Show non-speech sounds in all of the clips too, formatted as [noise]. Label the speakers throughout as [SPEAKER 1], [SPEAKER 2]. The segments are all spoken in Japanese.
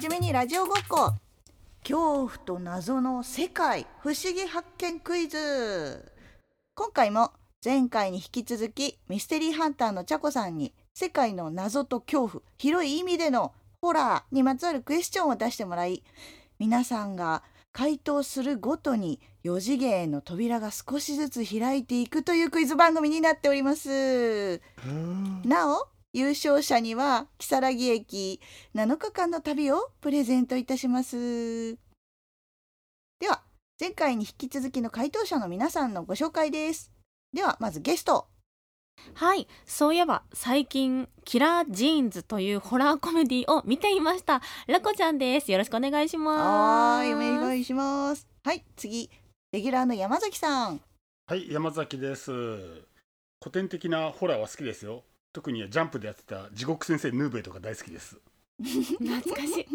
[SPEAKER 1] じめにラジオごっこ恐怖と謎の世界不思議発見クイズ今回も前回に引き続きミステリーハンターのちゃこさんに世界の謎と恐怖広い意味でのホラーにまつわるクエスチョンを出してもらい皆さんが回答するごとに4次元への扉が少しずつ開いていくというクイズ番組になっております。なお優勝者には木更木駅7日間の旅をプレゼントいたしますでは前回に引き続きの回答者の皆さんのご紹介ですではまずゲスト
[SPEAKER 2] はいそういえば最近キラージーンズというホラーコメディを見ていましたラコちゃんですよろしくお願いしま
[SPEAKER 1] は
[SPEAKER 2] す
[SPEAKER 1] ーいお
[SPEAKER 2] い
[SPEAKER 1] 願いしますはい次レギュラーの山崎さん
[SPEAKER 3] はい、山崎です。古典的なホラーは好きですよ。特にジャンプでやってた地獄先生ヌーベイとか大好きです。
[SPEAKER 2] 懐かしい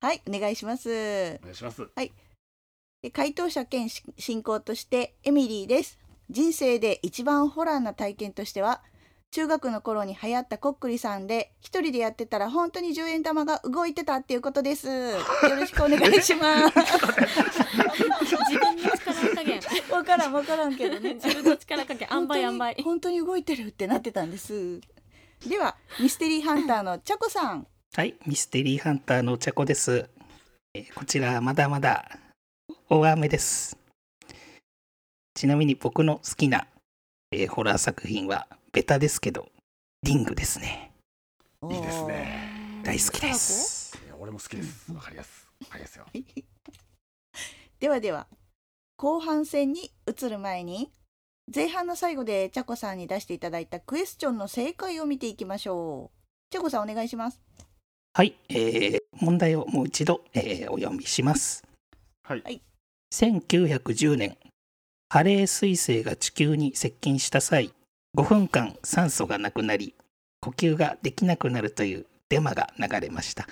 [SPEAKER 1] はいお願いしますえ
[SPEAKER 3] お願いします。
[SPEAKER 1] 回答者兼し進行としてエミリーです人生で一番ホラーな体験としては中学の頃に流行ったこっくりさんで一人でやってたら本当に10円玉が動いてたっていうことですよろしくお願いします
[SPEAKER 2] 自分の力加減
[SPEAKER 1] [laughs] わからんわからんけどね。
[SPEAKER 2] 自分の力加減あんばいあんばい
[SPEAKER 1] 本当に本当に動いてるってなってたんです。ではミステリーハンターのちゃこさん。
[SPEAKER 4] はい、ミステリーハンターの茶子です。えーこちらまだまだ大雨です。ちなみに僕の好きな、えーホラー作品はベタですけど、リングですね。
[SPEAKER 3] いいですね。
[SPEAKER 4] 大好きです。
[SPEAKER 3] いや俺も好きです。わかりやす。わかりやすよ。
[SPEAKER 1] おー。ではでは後半戦に移る前に前半の最後でちゃこさんに出していただいたクエスチョンの正解を見ていきましょう。ちゃこさんお願いします。
[SPEAKER 4] はい、えー問題をもう一度、えーお読みします。
[SPEAKER 3] はい。
[SPEAKER 4] 1910年ハレー彗星が地球に接近した際5分間酸素がなくなり呼吸ができなくなるというデマが流れました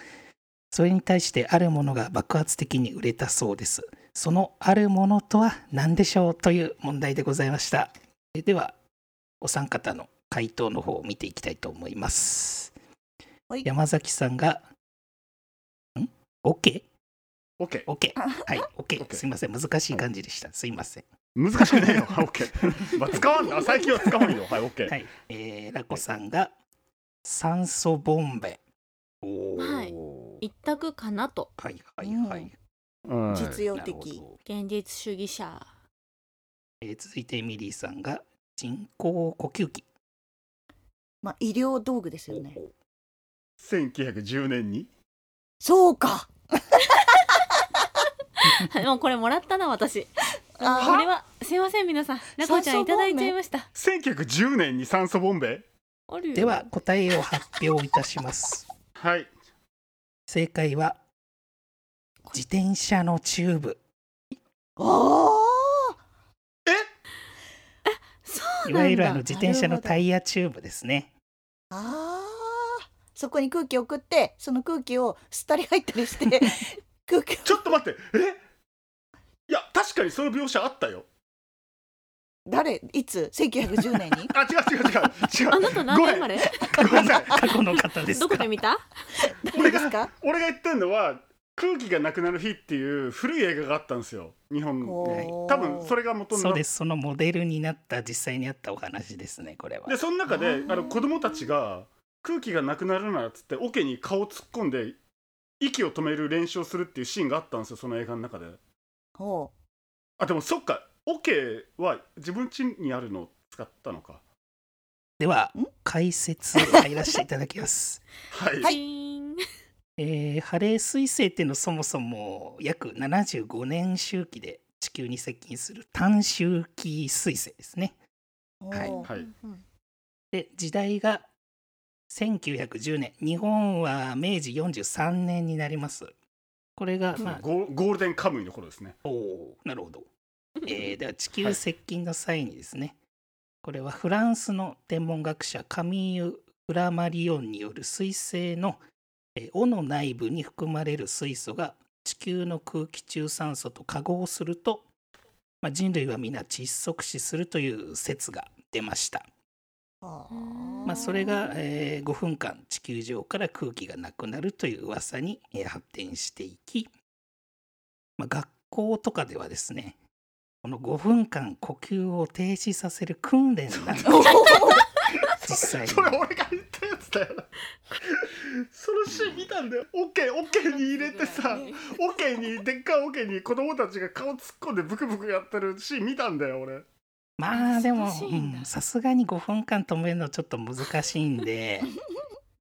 [SPEAKER 4] それに対してあるものが爆発的に売れたそうですそのあるものとは何でしょうという問題でございましたえではお三方の回答の方を見ていきたいと思います
[SPEAKER 1] はい
[SPEAKER 4] 山崎さんがんオケ
[SPEAKER 3] オッケー。
[SPEAKER 4] オッケー。はい、オッケ
[SPEAKER 3] オッケ
[SPEAKER 4] ー。
[SPEAKER 3] ー
[SPEAKER 4] すいません、難しい感じでした。すいません。
[SPEAKER 3] 難しくないよ。 [laughs] はい、オッケー。まあ、使わんな。最近は使わんよ。はい、オッケー。
[SPEAKER 4] はい、えー、ラコさんが酸素ボンベ。おー
[SPEAKER 2] はい一択かなと
[SPEAKER 4] はい、はい、はい。
[SPEAKER 3] うん
[SPEAKER 1] 実用
[SPEAKER 4] なるほ
[SPEAKER 1] 的。
[SPEAKER 4] ど
[SPEAKER 2] 現実主義者
[SPEAKER 4] えー続いてエミリーさんが人工呼吸器。
[SPEAKER 1] まあ医療道具ですよね。
[SPEAKER 3] 1910年に。
[SPEAKER 1] そうか。
[SPEAKER 2] もうこれもらったな私
[SPEAKER 1] あー
[SPEAKER 2] これはすいません皆さんラコちゃんいただいちゃいました
[SPEAKER 3] 1910年に酸素ボンベ。
[SPEAKER 2] あるよ
[SPEAKER 4] では、答えを発表いたし
[SPEAKER 2] [laughs]
[SPEAKER 4] ます。
[SPEAKER 3] はい。
[SPEAKER 4] 正解は、自転車のチューブ。
[SPEAKER 1] おー
[SPEAKER 2] そうなんだ
[SPEAKER 4] いわゆるあの自転車のタイヤチューブですね。
[SPEAKER 1] あーそこに空気を送ってその空気を吸ったり入ったりして
[SPEAKER 3] [laughs]
[SPEAKER 1] 空気を
[SPEAKER 3] ちょっと待って。えいや、確かにその描写あったよ。
[SPEAKER 1] 誰いつ1910年に
[SPEAKER 3] あ、違う違う違う。違う。
[SPEAKER 2] あなた何
[SPEAKER 3] ごめ
[SPEAKER 2] 年
[SPEAKER 3] ん
[SPEAKER 2] 生まれ
[SPEAKER 3] ごめんなさい。
[SPEAKER 4] [laughs] 過去の方です
[SPEAKER 2] どこ
[SPEAKER 4] か
[SPEAKER 2] で。見た
[SPEAKER 1] 誰ですか
[SPEAKER 3] 俺が言ってるのは空気がなくなる日っていう古い映画があったんですよ日本で
[SPEAKER 1] おー
[SPEAKER 3] 多分それが元の
[SPEAKER 4] そうです。そのモデルになった、実際にあったお話ですね、これは
[SPEAKER 3] で。その中
[SPEAKER 1] あ
[SPEAKER 3] で
[SPEAKER 1] ー
[SPEAKER 3] あの子供たちが空気がなくなるなっつって桶に顔突っ込んで息を止める練習をするっていうシーンがあったんですよその映画の中で
[SPEAKER 1] ほ
[SPEAKER 3] あでもそっか桶は自分家にあるのを使ったのか
[SPEAKER 4] では
[SPEAKER 1] ん
[SPEAKER 4] 解説入らせていただきます、 [laughs]
[SPEAKER 3] はい、
[SPEAKER 2] チーン
[SPEAKER 4] えーハレー彗星っていうのはそもそも約75年周期で地球に接近する単周期彗星ですね
[SPEAKER 1] う
[SPEAKER 4] はい
[SPEAKER 1] ほう
[SPEAKER 3] はい
[SPEAKER 2] うん
[SPEAKER 4] で時代が1910年日本は明治43年になりますこれが、まあ、
[SPEAKER 3] ゴーゴールデンカムイの頃ですね
[SPEAKER 4] おおーなるほど、
[SPEAKER 2] うん
[SPEAKER 4] えーでは地球接近の際にですね、これはフランスの天文学者カミーユ・フラマリオンによる彗星の、えー尾の内部に含まれる水素が地球の空気中酸素と化合すると、まあ、人類は皆窒息死するという説が出ました、
[SPEAKER 1] あ
[SPEAKER 2] う
[SPEAKER 1] ー
[SPEAKER 2] ん
[SPEAKER 4] まあ、まあ、それが、えー5分間地球上から空気がなくなるという噂に、えー発展していき、まあ、学校とかではですねこの5分間呼吸を停止させる訓練が
[SPEAKER 2] [laughs]
[SPEAKER 4] 実際に
[SPEAKER 3] それ俺が言ったやつだよなそのシーン見たんだよオッケーオッケーに入れてさオッケーにでっかいオッケーに子供たちが顔突っ込んでブクブクやってるシーン見たんだよ俺
[SPEAKER 4] まあでも
[SPEAKER 2] 難しいんだ
[SPEAKER 4] うんさすがに5分間止めるのちょっと難しい
[SPEAKER 2] [laughs]
[SPEAKER 4] んで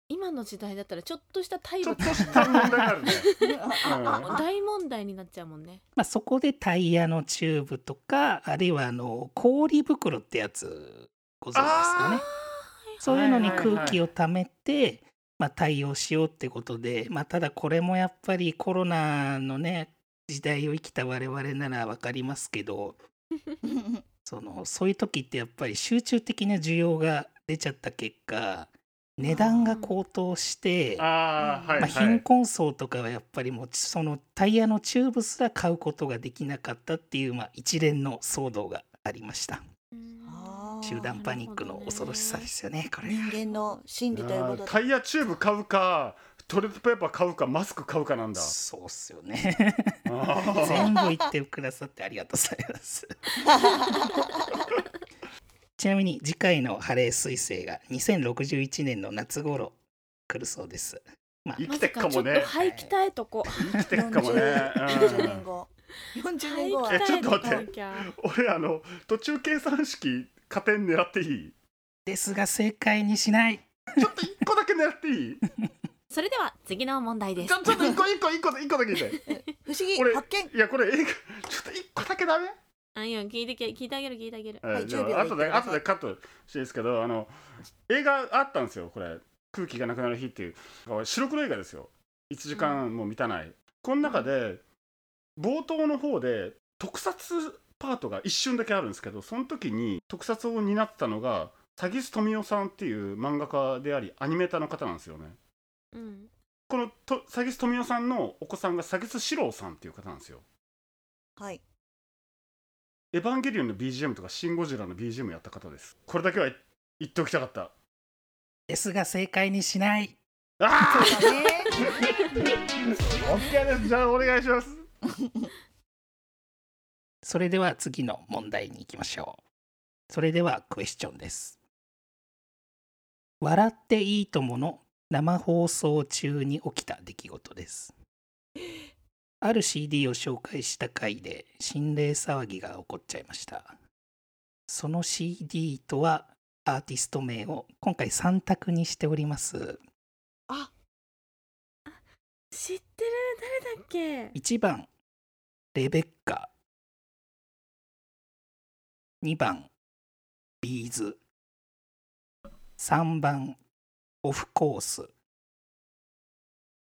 [SPEAKER 2] 今の時代だったらちょっとした体
[SPEAKER 3] ちょっ
[SPEAKER 2] 罰
[SPEAKER 3] とした問題があるね、うん
[SPEAKER 2] 大問題になっちゃうもんね
[SPEAKER 4] まあそこでタイヤのチューブとかあるいはあの氷袋ってやつご存知ですかね
[SPEAKER 3] あ
[SPEAKER 4] そういうのに
[SPEAKER 3] はいはいはい
[SPEAKER 4] 空気を溜めて、まあ、対応しようってことで、まあ、ただこれもやっぱりコロナのね時代を生きた我々ならわかりますけどそのそういう時ってやっぱり集中的な需要が出ちゃった結果値段が高騰して。
[SPEAKER 3] ああはいはい、
[SPEAKER 4] まあ、貧困層とかはやっぱりもうそのタイヤのチューブすら買うことができなかったっていう、まあ、一連の騒動がありました
[SPEAKER 3] [laughs]
[SPEAKER 1] あー
[SPEAKER 4] 集団パニックの恐ろしさですよねこれが
[SPEAKER 1] 人間の心理というこ
[SPEAKER 3] あ
[SPEAKER 1] と
[SPEAKER 3] ー
[SPEAKER 1] で
[SPEAKER 3] タイヤチューブ買うかトイレットペーパー買うかマスク買うかなんだ
[SPEAKER 4] そうっすよね
[SPEAKER 3] あー
[SPEAKER 4] 全部言ってくださってありがとうございますちなみに次回のハレー彗星が2061年の夏頃来るそうですまあ
[SPEAKER 3] 生
[SPEAKER 2] ま
[SPEAKER 3] き
[SPEAKER 2] さ
[SPEAKER 3] てっか
[SPEAKER 2] かち
[SPEAKER 3] も
[SPEAKER 2] ょっと
[SPEAKER 3] ね
[SPEAKER 2] 肺鍛えとこ
[SPEAKER 3] 生きてっかもね
[SPEAKER 1] 40
[SPEAKER 3] うん
[SPEAKER 1] 年後40
[SPEAKER 2] 肺
[SPEAKER 1] 年後は
[SPEAKER 2] 鍛
[SPEAKER 3] えちょ
[SPEAKER 2] え
[SPEAKER 3] っ
[SPEAKER 2] と
[SPEAKER 3] と
[SPEAKER 2] か
[SPEAKER 3] 待って
[SPEAKER 2] なきゃ
[SPEAKER 3] 俺あの途中計算式加点狙っていい
[SPEAKER 4] ですが正解にしない
[SPEAKER 3] ちょっと一個だけ狙っていい
[SPEAKER 2] それでは次の問題で
[SPEAKER 3] ち
[SPEAKER 2] す
[SPEAKER 3] ょちょっと一個一個一個一個だけ言いたい
[SPEAKER 1] 不思議
[SPEAKER 3] 俺
[SPEAKER 1] 発見
[SPEAKER 3] いやこれ映画ちょっと一個だけダメ
[SPEAKER 2] あいや聞いてけ聞いてあげる聞いてあげる
[SPEAKER 1] はい
[SPEAKER 3] えーじゃ
[SPEAKER 1] 10秒
[SPEAKER 3] あ後
[SPEAKER 1] 言
[SPEAKER 3] で
[SPEAKER 1] ってください
[SPEAKER 3] 後でカットしていいですけどあの映画あったんですよこれ「空気がなくなる日」っていう白黒映画ですよ1時間も満たない、この中で冒頭の方で特撮パートが一瞬だけあるんですけどその時に特撮を担ってたのが詐欺師富夫さんっていう漫画家でありアニメーターの方なんですよね
[SPEAKER 2] うん
[SPEAKER 3] このと詐欺師富夫さんのお子さんが詐欺師史郎さんっていう方なんですよ
[SPEAKER 1] はい
[SPEAKER 3] エヴァンゲリオンの BGM とかシン・ゴジラの BGM やった方ですこれだけは言っておきたかった
[SPEAKER 4] ですが正解にしない
[SPEAKER 3] あ
[SPEAKER 1] そうだね
[SPEAKER 3] あ OK ですじゃあお願いします
[SPEAKER 4] それでは次の問題に行きましょう。それではクエスチョンです。笑っていいともの生放送中に起きた出来事です。ある CD を紹介した回で心霊騒ぎが起こっちゃいました。その CD とはアーティスト名を今回3択にしております。
[SPEAKER 2] 知ってる誰だっけ
[SPEAKER 4] 1番レベッカ2番ビーズ3番オフコース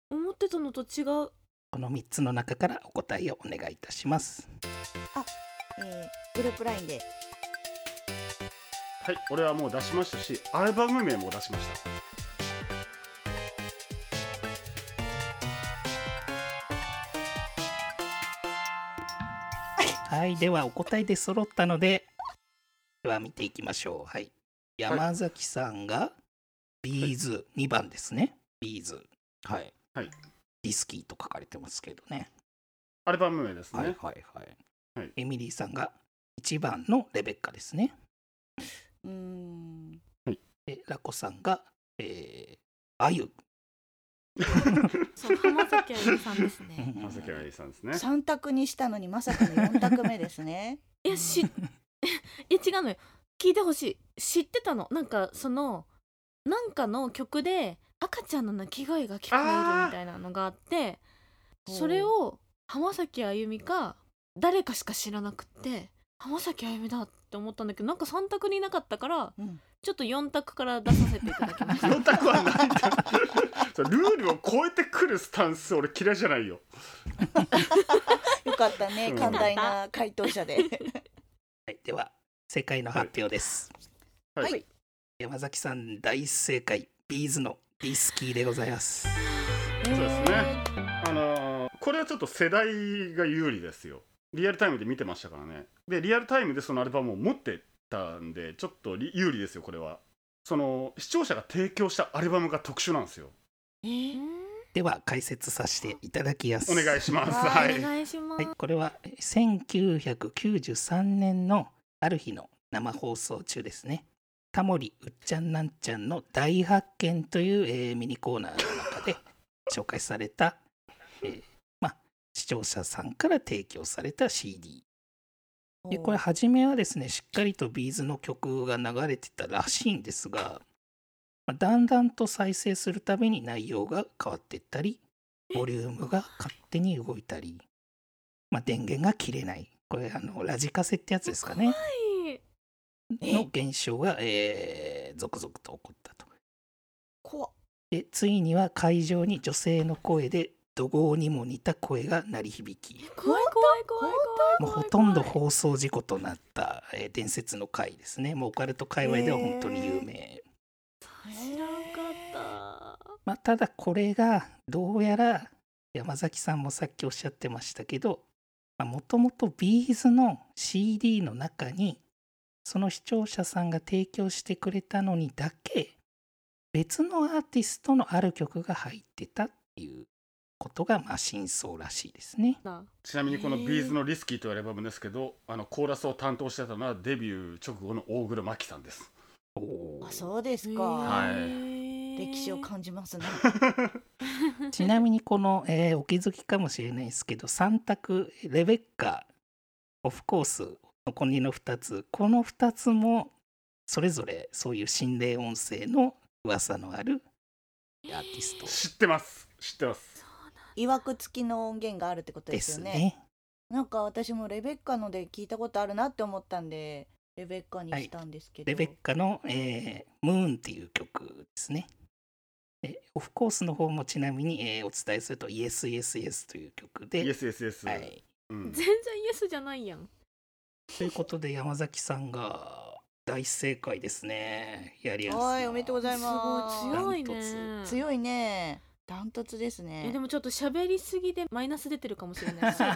[SPEAKER 2] 思ってたのと違う
[SPEAKER 4] この3つの中からお答えをお願いいたします
[SPEAKER 1] えーグループラインで
[SPEAKER 3] はい俺はもう出しましたしアルバム名も出しました
[SPEAKER 4] はいではお答えで揃ったのででは見ていきましょうはい山崎さんがビーズ2番ですねビーズはい
[SPEAKER 3] はい
[SPEAKER 4] ディスキーと書かれてますけどね
[SPEAKER 3] アルバム名ですね、
[SPEAKER 4] はいはいはい、
[SPEAKER 3] はい
[SPEAKER 4] エミリーさんが1番のレベッカですね
[SPEAKER 1] うーん
[SPEAKER 4] でラコさんがえー、アユ、
[SPEAKER 2] そう浜崎あゆみさんですね
[SPEAKER 3] まさきあゆりさんですね
[SPEAKER 1] 3択にしたのにまさかの4択目です
[SPEAKER 3] [laughs]
[SPEAKER 1] ね
[SPEAKER 2] いや
[SPEAKER 4] [laughs]
[SPEAKER 2] し [laughs] いや違うのよ聞いてほしい知ってたのなんかそのなんかの曲で赤ちゃんの泣き声が聞こえるみたいなのがあってそれを浜崎あゆみか誰かしか知らなくって浜崎あゆみだって思ったんだけどなんか3択になかったから
[SPEAKER 1] うん
[SPEAKER 2] ちょっと4択から出させていただきまし
[SPEAKER 4] [laughs]
[SPEAKER 2] た
[SPEAKER 3] 4択はないんだ [laughs] そうルールを超えてくるスタンス俺嫌いじゃないよ
[SPEAKER 1] よかったね
[SPEAKER 3] うん
[SPEAKER 1] 寛大な回答者
[SPEAKER 3] [laughs]
[SPEAKER 1] で
[SPEAKER 4] はい、では正解の発表です、
[SPEAKER 3] はい、
[SPEAKER 1] はい
[SPEAKER 4] 山崎さん大正解ビーズのディスキーでございます
[SPEAKER 3] そうですねあのーこれはちょっと世代が有利ですよリアルタイムで見てましたからねでリアルタイムでそのアルバムを持ってたんでちょっとり有利ですよこれはその視聴者が提供したアルバムが特殊なんですよ
[SPEAKER 1] えー
[SPEAKER 4] では解説させていただきやす
[SPEAKER 3] お願いします
[SPEAKER 1] は
[SPEAKER 3] は
[SPEAKER 2] お
[SPEAKER 3] い
[SPEAKER 2] 願いしま
[SPEAKER 4] は
[SPEAKER 2] す、
[SPEAKER 4] い、これは1993年のある日の生放送中ですね。タモリうっちゃんなんちゃんの大発見という、えーミニコーナーの中
[SPEAKER 2] [laughs]
[SPEAKER 4] で紹介された、えーまあ、視聴者さんから提供された CD。でこれ初めはですねしっかりとビーズの曲が流れてたらしいんですが、まあ、だんだんと再生するために内容が変わっていったりボリュームが勝手に動いたり、まあ、電源が切れないこれあのラジカセってやつですかね
[SPEAKER 2] はい
[SPEAKER 4] の現象が、えー続々と起こったと。
[SPEAKER 1] 怖っ
[SPEAKER 4] でついには会場に女性の声で怒号にも似た声が鳴り響き
[SPEAKER 2] 怖い怖い怖い怖い
[SPEAKER 4] もう
[SPEAKER 2] 怖い
[SPEAKER 4] ほとんど放送事故となった、えー伝説の回ですね。もうオカルト界隈では本当に有名。
[SPEAKER 2] 知らんかった
[SPEAKER 4] まあ、ただこれがどうやら山崎さんもさっきおっしゃってましたけどもともとビーズの CD の中にその視聴者さんが提供してくれたのにだけ別のアーティストのある曲が入ってたっていうことがまあ真相らしいですね。
[SPEAKER 2] な
[SPEAKER 3] ちなみにこの
[SPEAKER 1] へー
[SPEAKER 3] ビーズの「リスキー」というアルバムですけどあのコーラスを担当してたのはデビュー直後の大黒摩季さんです
[SPEAKER 1] あそうですか、
[SPEAKER 3] はい
[SPEAKER 1] 歴史を
[SPEAKER 2] [laughs]
[SPEAKER 1] 感じます
[SPEAKER 3] [laughs]
[SPEAKER 1] ね
[SPEAKER 4] ちなみにこの、えーお気づきかもしれないですけど3択レベッカオフコースのこの2つこの2つもそれぞれそういう心霊音声の噂のあるアーティスト
[SPEAKER 3] 知ってます知ってます
[SPEAKER 1] いわくつきの音源があるってことで
[SPEAKER 4] ですす
[SPEAKER 1] よね
[SPEAKER 4] ね。
[SPEAKER 1] なんか私もレベッカので聞いたことあるなって思ったんでレベッカにしたんですけど、
[SPEAKER 4] レベッカの、えームーンっていう曲ですね。でオフコースの方もちなみに、えーお伝えするとイエスイエスイエスという曲で、
[SPEAKER 3] イエスイエスイエス、
[SPEAKER 4] はい、
[SPEAKER 3] うん
[SPEAKER 2] 全然イエスじゃないやん
[SPEAKER 4] ということで山崎さんが大正解ですね。やりやす
[SPEAKER 1] はいおめでとうございます
[SPEAKER 2] すごい強い
[SPEAKER 4] ダ
[SPEAKER 2] ね
[SPEAKER 1] 強いねダントツです
[SPEAKER 2] え
[SPEAKER 1] ね
[SPEAKER 2] でもちょっと喋りすぎでマイナス出てるかもしれないそう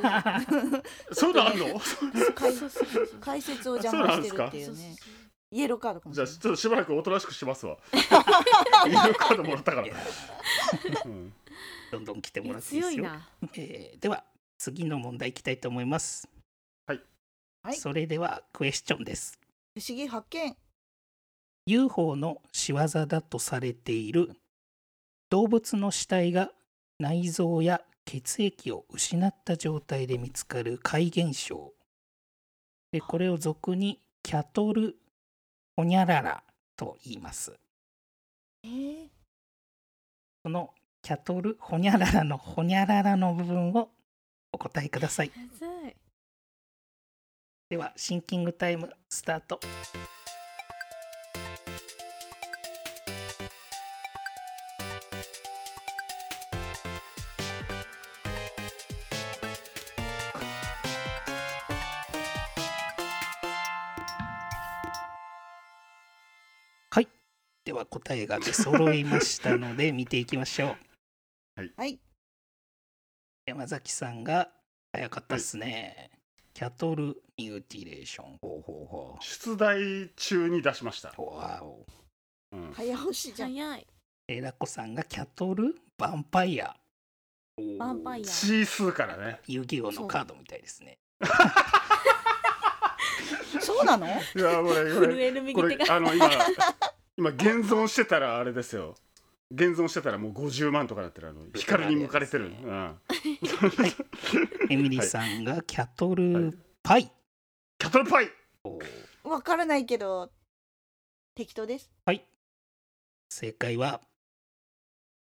[SPEAKER 3] そういうのあ [laughs] んの
[SPEAKER 2] そうそうそうそうそう
[SPEAKER 1] [laughs] 解説を邪魔してるってい
[SPEAKER 2] そうう
[SPEAKER 1] ね
[SPEAKER 2] そう
[SPEAKER 1] イエローカードかもし
[SPEAKER 3] じゃ
[SPEAKER 1] れ
[SPEAKER 3] あ
[SPEAKER 1] ない
[SPEAKER 3] ちょっとしばらくおとなしくしますわ
[SPEAKER 1] [laughs]
[SPEAKER 3] いろいろカードもらったから
[SPEAKER 4] いや、
[SPEAKER 3] うん
[SPEAKER 2] [laughs]
[SPEAKER 4] どんどん来てもらっていい
[SPEAKER 2] 強
[SPEAKER 4] です
[SPEAKER 2] い
[SPEAKER 4] よ。
[SPEAKER 2] な
[SPEAKER 4] えーでは次の問題いきたいと思います。
[SPEAKER 3] はい
[SPEAKER 1] はい
[SPEAKER 4] それではクエスチョンです。
[SPEAKER 1] 不思議発見
[SPEAKER 4] UFO の仕業だとされている動物の死体が内臓や血液を失った状態で見つかる怪現象でこれを俗にキャトルホニャララと言います
[SPEAKER 1] えー、
[SPEAKER 4] そのキャトルホニャララのホニャララの部分をお答えください
[SPEAKER 2] むずい
[SPEAKER 4] ではシンキングタイムスタートはいでは答えが出揃いましたので見ていきましょう [laughs]
[SPEAKER 1] はい
[SPEAKER 4] 山崎さんが早かったですね、キャトルミューティレーションほうほうほう
[SPEAKER 3] 出題中に出しました、
[SPEAKER 4] わお
[SPEAKER 3] うん
[SPEAKER 1] 早押しじゃん
[SPEAKER 2] 早い
[SPEAKER 4] えーラコさんがキャトルヴァンパイア
[SPEAKER 2] ヴァンパイア
[SPEAKER 3] シースーからね
[SPEAKER 4] 遊戯王のカードみたいですね
[SPEAKER 1] そうなの
[SPEAKER 3] いやこれこ
[SPEAKER 2] 震
[SPEAKER 3] れ
[SPEAKER 2] える右
[SPEAKER 3] こ
[SPEAKER 2] 手
[SPEAKER 3] れ
[SPEAKER 2] が
[SPEAKER 3] あの今今現存してたらあれですよ現存してたらもう50万とかなってるあの光に向かれてる、
[SPEAKER 4] です
[SPEAKER 3] う
[SPEAKER 4] ね
[SPEAKER 3] ん、
[SPEAKER 4] エミリーさんがキャトルパイ、
[SPEAKER 3] キャトルパイ
[SPEAKER 4] おー
[SPEAKER 1] わからないけど適当です
[SPEAKER 4] 正解は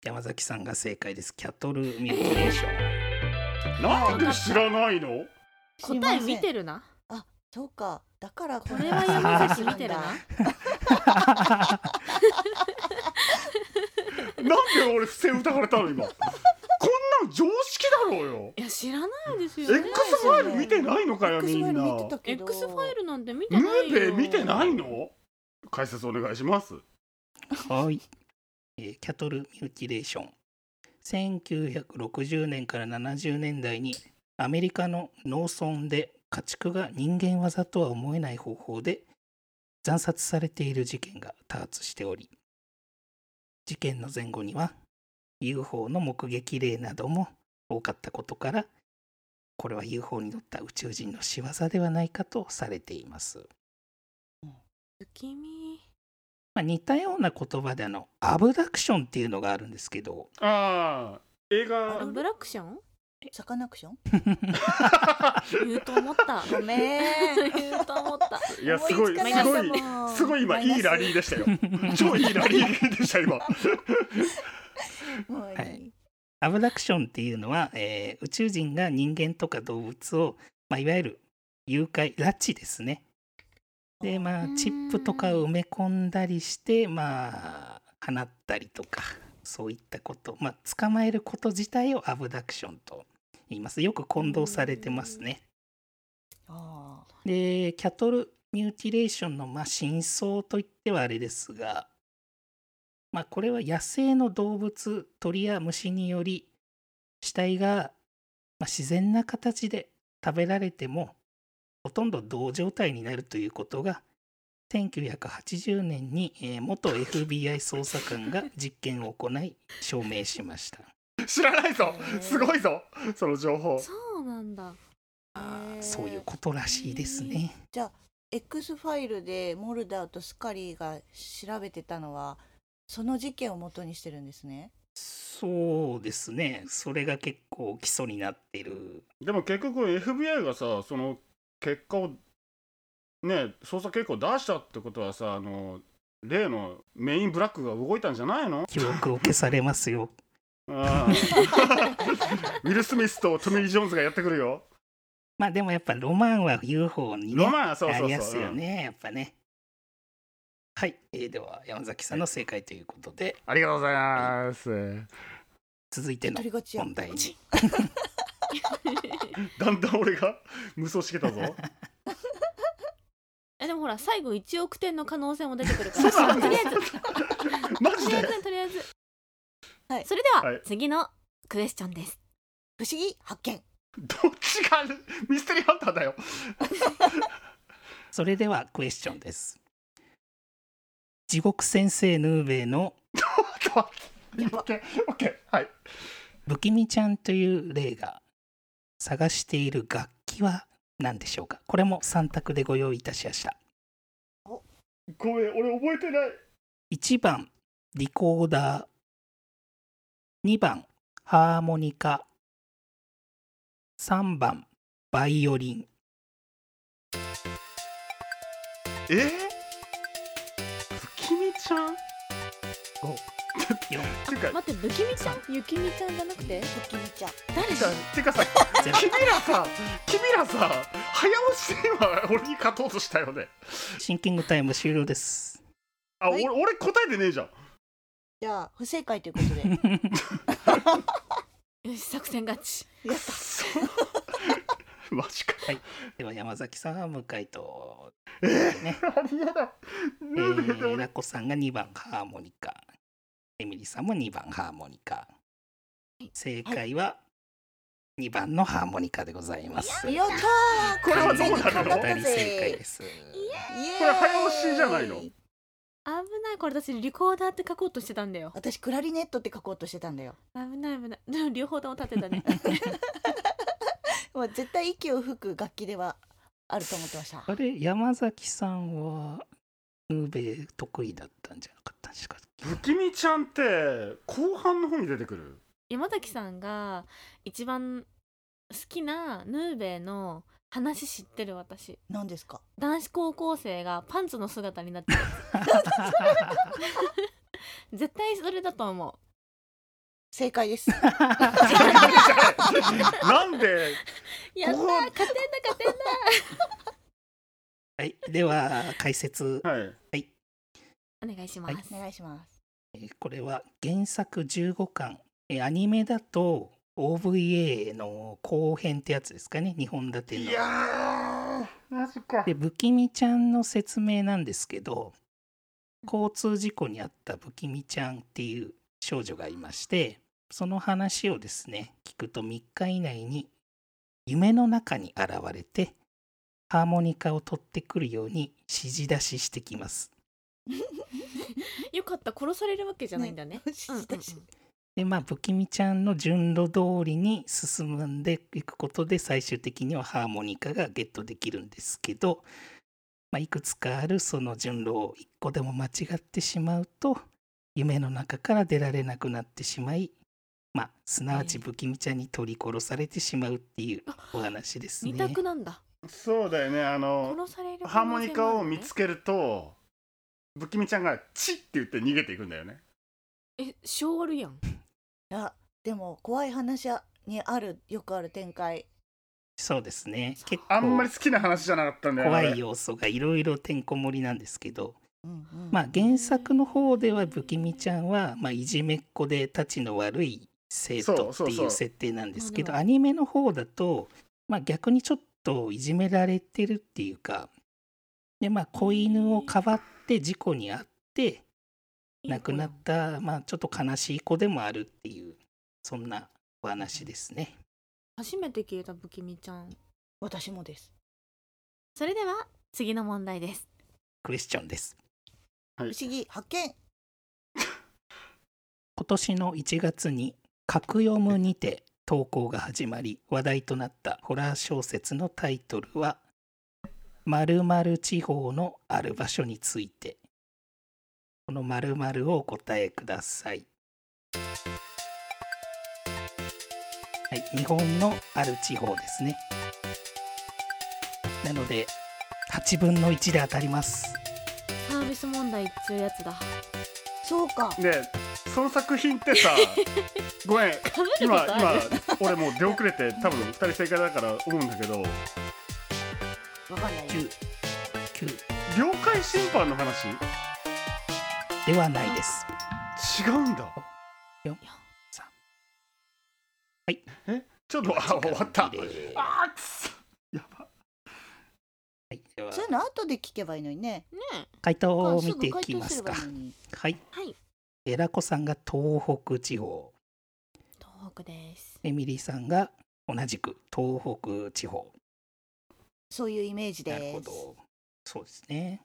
[SPEAKER 4] 山崎さんが正解ですキャトルミューティレーション
[SPEAKER 3] なんで知らないの
[SPEAKER 2] 答え見て
[SPEAKER 1] る
[SPEAKER 2] るな
[SPEAKER 1] そうかだからこ
[SPEAKER 2] これは山崎見てるな
[SPEAKER 3] なんで俺不正疑われたの今こんなの常識だろうよ
[SPEAKER 2] いや知らないですよ
[SPEAKER 3] X
[SPEAKER 2] ね
[SPEAKER 3] ファイル見てないのかよ
[SPEAKER 1] X
[SPEAKER 3] み
[SPEAKER 1] ファイ
[SPEAKER 3] ん
[SPEAKER 1] ル
[SPEAKER 3] な
[SPEAKER 1] 見てたけど
[SPEAKER 2] X ファイルなんて見て
[SPEAKER 3] ヌ
[SPEAKER 2] ないよ
[SPEAKER 3] ーベ見てないの解説お願いします
[SPEAKER 4] はい、えーキャトルミューティレーション1960年から70年代にアメリカの農村で家畜が人間技とは思えない方法で惨殺されている事件が多発しており事件の前後には UFO の目撃例なども多かったことからこれは UFO に乗った宇宙人の仕業ではないかとされています。
[SPEAKER 2] 不気味
[SPEAKER 4] まあ、似たような言葉であのアブダクションっていうのがあるんですけど
[SPEAKER 3] ああ映
[SPEAKER 2] ア
[SPEAKER 3] 画
[SPEAKER 2] ブラクション
[SPEAKER 1] サカナクション
[SPEAKER 2] 言うと思った
[SPEAKER 1] ごめん
[SPEAKER 2] 言うと思った
[SPEAKER 3] いやすごい
[SPEAKER 1] 思
[SPEAKER 3] す
[SPEAKER 1] つかなか
[SPEAKER 3] ごい
[SPEAKER 1] ったもん
[SPEAKER 3] すごい今
[SPEAKER 1] マイナス
[SPEAKER 3] いいラリーでしたよ超いいラリーでした今
[SPEAKER 1] もういい
[SPEAKER 4] はい [laughs] アブダクションっていうのは、えー宇宙人が人間とか動物を、まあ、いわゆる誘拐拉致ですねでまあ
[SPEAKER 2] うん
[SPEAKER 4] チップとかを埋め込んだりしてまあ放ったりとかそういったことまあ捕まえること自体をアブダクションと言いますよく混同されてますね
[SPEAKER 1] あー
[SPEAKER 4] でキャトルミューティレーションのまあ真相といってはあれですが、まあ、これは野生の動物鳥や虫により死体がまあ自然な形で食べられてもほとんど同状態になるということが1980年にえー元 FBI 捜査官が実験を行い証明しました。
[SPEAKER 3] 知らないぞすごいぞその情報
[SPEAKER 2] そうなんだ [laughs]
[SPEAKER 4] あーそういうことらしいですね。
[SPEAKER 1] X ファイルでモルダーとスカリーが調べてたのはその事件を元にしてるんですね
[SPEAKER 4] そうですね。それが結構基礎になってる。
[SPEAKER 3] でも結局 FBI がさその結果をね捜査結果を出したってことはさあの例のメインブラックが動いたんじゃないの
[SPEAKER 4] 記憶を消されますよ。 [laughs]
[SPEAKER 3] ああウィル・スミスとトミー・ジョーンズがやってくるよ
[SPEAKER 4] まあでもやっぱロマンは UFO にね、
[SPEAKER 3] ロマンそうそうそう
[SPEAKER 4] ありますよね。やっぱね。はい、えーでは山崎さんの正解ということで、
[SPEAKER 3] ありがとうございます
[SPEAKER 4] 続いての
[SPEAKER 1] 取りがちや
[SPEAKER 4] 問題に。
[SPEAKER 3] だんだん俺が無双してきたぞ
[SPEAKER 2] えでもほら最後1億点の可能性も出てくるからとりあえず
[SPEAKER 3] マ
[SPEAKER 2] と
[SPEAKER 3] ジ
[SPEAKER 2] りあえ
[SPEAKER 3] で
[SPEAKER 2] ずとりあえず、
[SPEAKER 1] はい
[SPEAKER 2] それでは、
[SPEAKER 3] はい
[SPEAKER 2] 次のクエスチョンです
[SPEAKER 1] 不思議発見
[SPEAKER 3] どっちがミステリーハンターだよ
[SPEAKER 4] [laughs] それではクエスチョンです。地獄先生ヌーベイの
[SPEAKER 3] ちょっと待って OK OK はい
[SPEAKER 4] 不気味ちゃんという霊が探している楽器は何でしょうかこれも3択でご用意いたしました。
[SPEAKER 3] ごめん俺覚えてない
[SPEAKER 4] 1番リコーダー2番ハーモニカ3番バイオリン
[SPEAKER 3] えー、不気味ちゃんっ
[SPEAKER 4] 54
[SPEAKER 3] ていうか
[SPEAKER 2] 待って不気味ちゃんゆきみちゃんじゃなくて
[SPEAKER 1] 不気味ちゃん
[SPEAKER 2] 誰
[SPEAKER 3] てかてかさ
[SPEAKER 4] ゼロ
[SPEAKER 3] 君らさ君らさ早押しで今俺に勝とうとしたよね
[SPEAKER 4] シンキングタイム終了です [laughs]
[SPEAKER 3] あ、
[SPEAKER 1] はい
[SPEAKER 3] 俺俺答えてねえじゃん
[SPEAKER 1] じゃあ不正解ということ
[SPEAKER 4] [laughs]
[SPEAKER 1] で
[SPEAKER 2] よし作戦勝ち
[SPEAKER 1] やっ
[SPEAKER 3] そうマジか
[SPEAKER 4] では山崎さんは無回答
[SPEAKER 3] え
[SPEAKER 4] ね
[SPEAKER 3] ー、ありえない
[SPEAKER 4] え
[SPEAKER 3] ヌーベイで
[SPEAKER 4] ー、
[SPEAKER 3] 俺
[SPEAKER 4] ラコさんが2番ハーモニカエミリーさんも2番ハーモニカ正解は2番のハーモニカでございます
[SPEAKER 1] たやったー
[SPEAKER 3] これはどうなる
[SPEAKER 1] 完全
[SPEAKER 3] の
[SPEAKER 1] に
[SPEAKER 4] 二
[SPEAKER 1] かかった
[SPEAKER 4] 人正解
[SPEAKER 1] ぜ
[SPEAKER 4] です
[SPEAKER 1] イエーイ
[SPEAKER 3] これ早押しじゃないの
[SPEAKER 2] 危ないこれ私リコーダーって書こうとしてたんだよ
[SPEAKER 1] 私クラリネットって書こうとしてたんだよ
[SPEAKER 2] 危ない危ないでも両方とも立てたね
[SPEAKER 1] もう絶対息を吹く楽器ではあると思ってました
[SPEAKER 4] あれ山崎さんはヌーベイ得意だったんじゃなかったんですか [laughs]
[SPEAKER 3] 不気味ちゃんって後半の方に出てくる
[SPEAKER 2] 山崎さんが一番好きなヌーベイの話知ってる私
[SPEAKER 1] 何ですか
[SPEAKER 2] 男子高校生がパンツの姿になってる絶対それだと思う
[SPEAKER 1] 正解です
[SPEAKER 3] なんでここ
[SPEAKER 2] やったー勝てんだ勝てんだ
[SPEAKER 4] はい、では解説、
[SPEAKER 3] はい
[SPEAKER 2] お願いします、
[SPEAKER 1] お願いします
[SPEAKER 4] えーこれは原作15巻えーアニメだと OVA の後編ってやつですかね2本立ての
[SPEAKER 3] いやーマジか
[SPEAKER 4] で不気味ちゃんの説明なんですけど交通事故に遭った不気味ちゃんっていう少女がいましてその話をですね聞くと3日以内に夢の中に現れてハーモニカを取ってくるように指示出ししてきます。
[SPEAKER 2] よかった殺されるわけじゃないんだねうんうんうん
[SPEAKER 4] でまあ不気味ちゃんの順路通りに進んでいくことで最終的にはハーモニカがゲットできるんですけど、まあ、いくつかあるその順路を一個でも間違ってしまうと夢の中から出られなくなってしまい、まあ、すなわち
[SPEAKER 2] ええ
[SPEAKER 4] 不気味ちゃんに取り殺されてしまうっていうお話ですね。
[SPEAKER 2] 二択なんだ
[SPEAKER 3] そうだよねあの
[SPEAKER 2] 殺される
[SPEAKER 3] ハーモニカを見つ
[SPEAKER 2] け
[SPEAKER 3] けると不気味ちゃんが「チッ!」って言って逃げていくんだよね
[SPEAKER 2] え昭和るやん
[SPEAKER 1] やでも怖い話にあるよくある展開
[SPEAKER 4] そうですね結構
[SPEAKER 3] あんまり好きな話じゃなかったんだよね
[SPEAKER 4] 怖い要素がいろいろてんこ盛りなんですけど、
[SPEAKER 1] うんうん
[SPEAKER 4] まあ、原作の方では不気味ちゃんは、まあ、いじめっ子でたちの悪い生徒って
[SPEAKER 3] そうそう
[SPEAKER 4] い
[SPEAKER 3] そうう
[SPEAKER 4] 設定なんですけど
[SPEAKER 2] まあ
[SPEAKER 4] アニメの方だと、まあ、逆にちょっといじめられてるっていうかで、まあ、子犬をかばって事故に遭って亡くなった、まあ、ちょっと悲しい子でもあるっていうそんなお話ですね。
[SPEAKER 2] 初めて消えた不気味ちゃん
[SPEAKER 1] 私もです
[SPEAKER 2] それでは次の問題です
[SPEAKER 4] クエスチョンです
[SPEAKER 1] 不思議発見
[SPEAKER 4] 今年の1月に「格読む」にて投稿が始まり話題となったホラー小説のタイトルは「〇〇地方のある場所について」この〇〇をお答えください、はい、日本のある地方ですねなので8分の1で当たります
[SPEAKER 2] サービス問題っつうやつだ
[SPEAKER 1] そうか
[SPEAKER 3] でその作品って
[SPEAKER 2] [laughs]
[SPEAKER 3] さごめん
[SPEAKER 2] 被ること
[SPEAKER 3] 今
[SPEAKER 2] ある
[SPEAKER 3] 今俺もう出遅れて多分2人正解だから思うんだけど
[SPEAKER 1] わかんない
[SPEAKER 4] 9 9
[SPEAKER 3] 領海侵犯の話
[SPEAKER 4] ではないです
[SPEAKER 3] 違うんだ
[SPEAKER 4] さ
[SPEAKER 3] えちょっとあ終わった
[SPEAKER 4] 時間切れ
[SPEAKER 3] あーくそやば
[SPEAKER 4] はい、では
[SPEAKER 1] そういうの後で聞けばいいのにね
[SPEAKER 2] ね
[SPEAKER 4] 回答を
[SPEAKER 1] す
[SPEAKER 4] 見て
[SPEAKER 1] ぐ
[SPEAKER 4] い
[SPEAKER 1] 回
[SPEAKER 4] き
[SPEAKER 1] 答
[SPEAKER 4] ます
[SPEAKER 1] れ
[SPEAKER 4] す
[SPEAKER 1] ばい
[SPEAKER 4] か
[SPEAKER 1] いのに
[SPEAKER 4] はい
[SPEAKER 2] はい
[SPEAKER 4] えらこさんが東北地方
[SPEAKER 2] 東北です
[SPEAKER 4] エミリーさんが同じく東北地方
[SPEAKER 1] そういうイメージです
[SPEAKER 4] なるほどそうですね、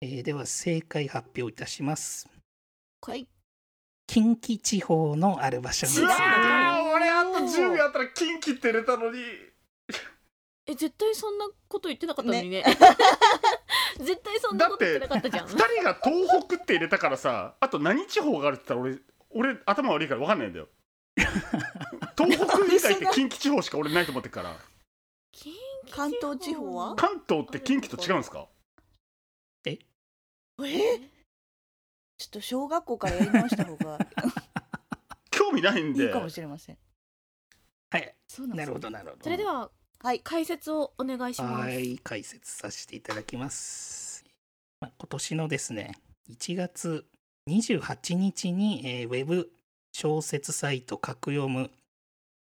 [SPEAKER 4] えーでは正解発表いたします
[SPEAKER 1] はい
[SPEAKER 4] 近畿地方のある場所についう
[SPEAKER 3] わ
[SPEAKER 4] て
[SPEAKER 3] ー俺あと10秒あったら金切って入れたのに
[SPEAKER 2] え絶対そんなこと言ってなかったのにね [laughs] 絶対そんな
[SPEAKER 3] だ
[SPEAKER 2] こ
[SPEAKER 3] っ
[SPEAKER 2] と言
[SPEAKER 3] て
[SPEAKER 2] ってなかったじゃん
[SPEAKER 3] 2人が東北って入れたからさあと何地方があるって言ったら俺俺頭悪いから分かんないん
[SPEAKER 2] [laughs]
[SPEAKER 3] だよ東北以外って近畿地方しか俺ないと思ってるから
[SPEAKER 2] 近畿
[SPEAKER 1] 関東地方は
[SPEAKER 3] 関東って近畿と違うんですか
[SPEAKER 1] えちょっと小学校からやり直した方が
[SPEAKER 3] 興味ないん
[SPEAKER 1] い
[SPEAKER 3] で
[SPEAKER 1] いかもしれません
[SPEAKER 4] はい
[SPEAKER 1] そうなんで
[SPEAKER 4] な
[SPEAKER 1] す
[SPEAKER 4] るほどなるほど
[SPEAKER 2] それでは
[SPEAKER 1] はい
[SPEAKER 2] 解説をお願いします
[SPEAKER 4] はい、解説させていただきます。まあ今年のですね、1月28日に、えーウェブ小説サイト格読む。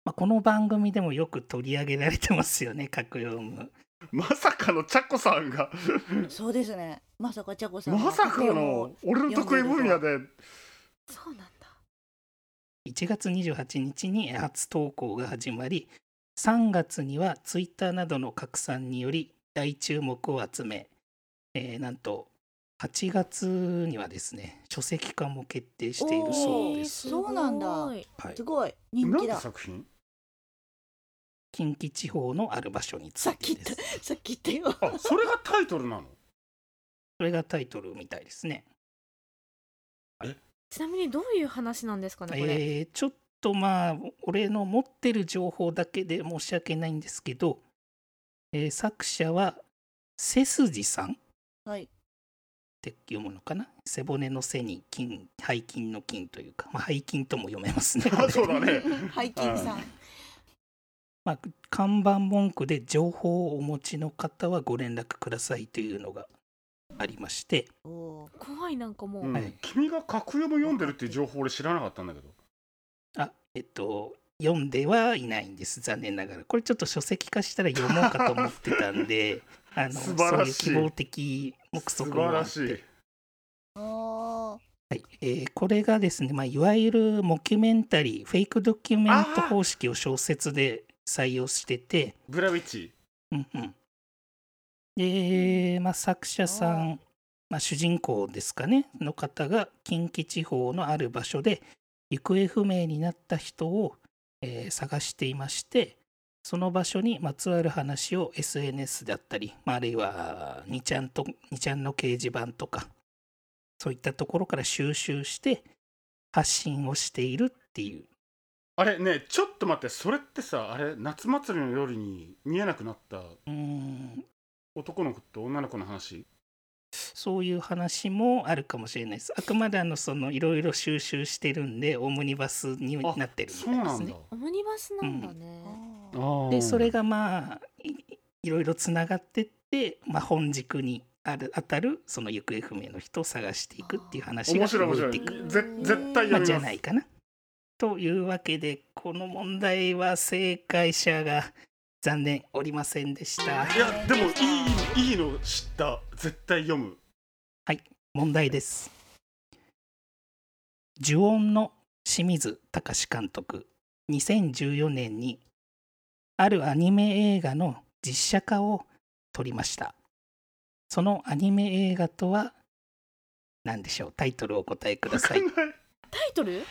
[SPEAKER 4] まあ、この番組でもよく取り上げられてますよね、格読む。
[SPEAKER 3] まさかのチャコさんが
[SPEAKER 1] そうですねまさかちゃこさんが
[SPEAKER 3] まさかの俺の得意分野で
[SPEAKER 2] そうなんだ
[SPEAKER 4] 1月28日に初投稿が始まり、3月にはツイッターなどの拡散により大注目を集め、えーなんと8月にはですね、書籍化も決定しているそう
[SPEAKER 1] お
[SPEAKER 4] で
[SPEAKER 1] ー
[SPEAKER 4] す。
[SPEAKER 1] そうなんだ
[SPEAKER 2] すごい
[SPEAKER 4] はい
[SPEAKER 1] すごい人
[SPEAKER 3] 何
[SPEAKER 1] 気
[SPEAKER 3] て
[SPEAKER 1] だ
[SPEAKER 3] 作品
[SPEAKER 4] 近畿地方のある場所につ
[SPEAKER 1] さ
[SPEAKER 4] い
[SPEAKER 1] っき
[SPEAKER 4] て
[SPEAKER 1] 言
[SPEAKER 4] で
[SPEAKER 1] った
[SPEAKER 4] す。
[SPEAKER 1] さっき言ったよ
[SPEAKER 3] あそれがタイトルなの
[SPEAKER 4] それがタイトルみたいですね。
[SPEAKER 2] ちなみにどういう話なんですかねこれ、
[SPEAKER 4] えーちょっとまあ俺の持ってる情報だけで申し訳ないんですけど、えー作者は背筋さんっ
[SPEAKER 1] はい
[SPEAKER 4] て読むのかな背骨の背に筋背筋の筋というか、まあ、背筋とも読めますね。こ
[SPEAKER 3] あ
[SPEAKER 4] れ
[SPEAKER 3] そうだね
[SPEAKER 1] ハイキンさん
[SPEAKER 4] [laughs] まあ、看板文句で情報をお持ちの方はご連絡くださいというのがありまして
[SPEAKER 1] おー
[SPEAKER 2] 怖いなんかもう、
[SPEAKER 3] うん
[SPEAKER 4] はい
[SPEAKER 3] 君が格読む読んでるっていう情報俺知らなかったんだけど
[SPEAKER 4] あえっと読んではいないんです残念ながらこれちょっと書籍化したら読もうかと思ってた
[SPEAKER 3] [laughs]
[SPEAKER 4] んであの
[SPEAKER 3] 素晴らしい
[SPEAKER 4] そういう希望的目
[SPEAKER 3] 素
[SPEAKER 4] 測
[SPEAKER 3] 晴
[SPEAKER 4] もあ
[SPEAKER 3] ら
[SPEAKER 4] って
[SPEAKER 3] しい
[SPEAKER 1] あー
[SPEAKER 4] はいえーこれがですね、まあ、いわゆるモキュメンタリーフェイクドキュメント方式を小説で採用してて、
[SPEAKER 3] ブラウィッチ
[SPEAKER 4] うんうん、で、まあ、作者さん、まあ、主人公ですかねの方が近畿地方のある場所で行方不明になった人を、えー探していましてその場所にまつわる話を SNS だったり、まあ、あるいは2ちゃんと2ちゃんの掲示板とかそういったところから収集して発信をしているっていう
[SPEAKER 3] あれねちょっと待ってそれってさあれ夏祭りの夜に見えなくなった
[SPEAKER 4] うーん
[SPEAKER 3] 男の子と女の子の話
[SPEAKER 4] そういう話もあるかもしれないです。あくまであのそのいろいろ収集してるんでオムニバスに
[SPEAKER 3] あ
[SPEAKER 4] なってるみ
[SPEAKER 3] そ
[SPEAKER 4] た
[SPEAKER 3] う
[SPEAKER 4] いで
[SPEAKER 3] な
[SPEAKER 4] す
[SPEAKER 3] んだ
[SPEAKER 4] ね。
[SPEAKER 2] オムニバスなんだね、
[SPEAKER 1] あー
[SPEAKER 4] で
[SPEAKER 3] で
[SPEAKER 4] それがまあいいろいろつながってって、まあ、本軸にある当たるその行方不明の人を探していくっていう話が
[SPEAKER 3] 面白い面白
[SPEAKER 4] 動
[SPEAKER 3] い
[SPEAKER 4] てく
[SPEAKER 2] る
[SPEAKER 3] ぜ絶対
[SPEAKER 4] ま
[SPEAKER 3] 読
[SPEAKER 4] あ、
[SPEAKER 3] み
[SPEAKER 4] じゃ
[SPEAKER 3] ます、
[SPEAKER 4] ないかな。というわけでこの問題は正解者が残念おりませんでした。
[SPEAKER 3] いやでもいいいいの知った絶対読む
[SPEAKER 4] 問題です呪音の清水隆監督2014年にあるアニメ映画の実写化を撮りましたそのアニメ映画とは何でしょうタイトルをお答えください
[SPEAKER 3] わ、かんない
[SPEAKER 2] タイトル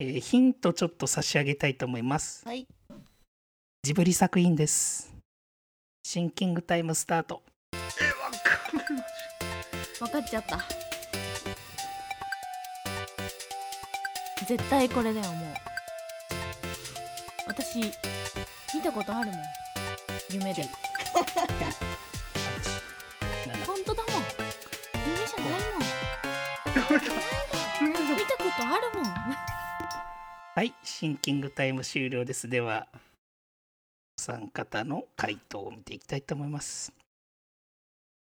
[SPEAKER 4] えーヒントちょっと差し上げたいと思います
[SPEAKER 1] はい
[SPEAKER 4] ジブリ作品ですシンキングタイムスタート
[SPEAKER 3] えわかんない
[SPEAKER 2] 分かっちゃった絶対これだよもう私見たことあるもん夢で本当だもん夢じゃないもん見たことあるもん
[SPEAKER 4] はい、シンキングタイム終了です。では、お三方の回答を見ていきたいと思います。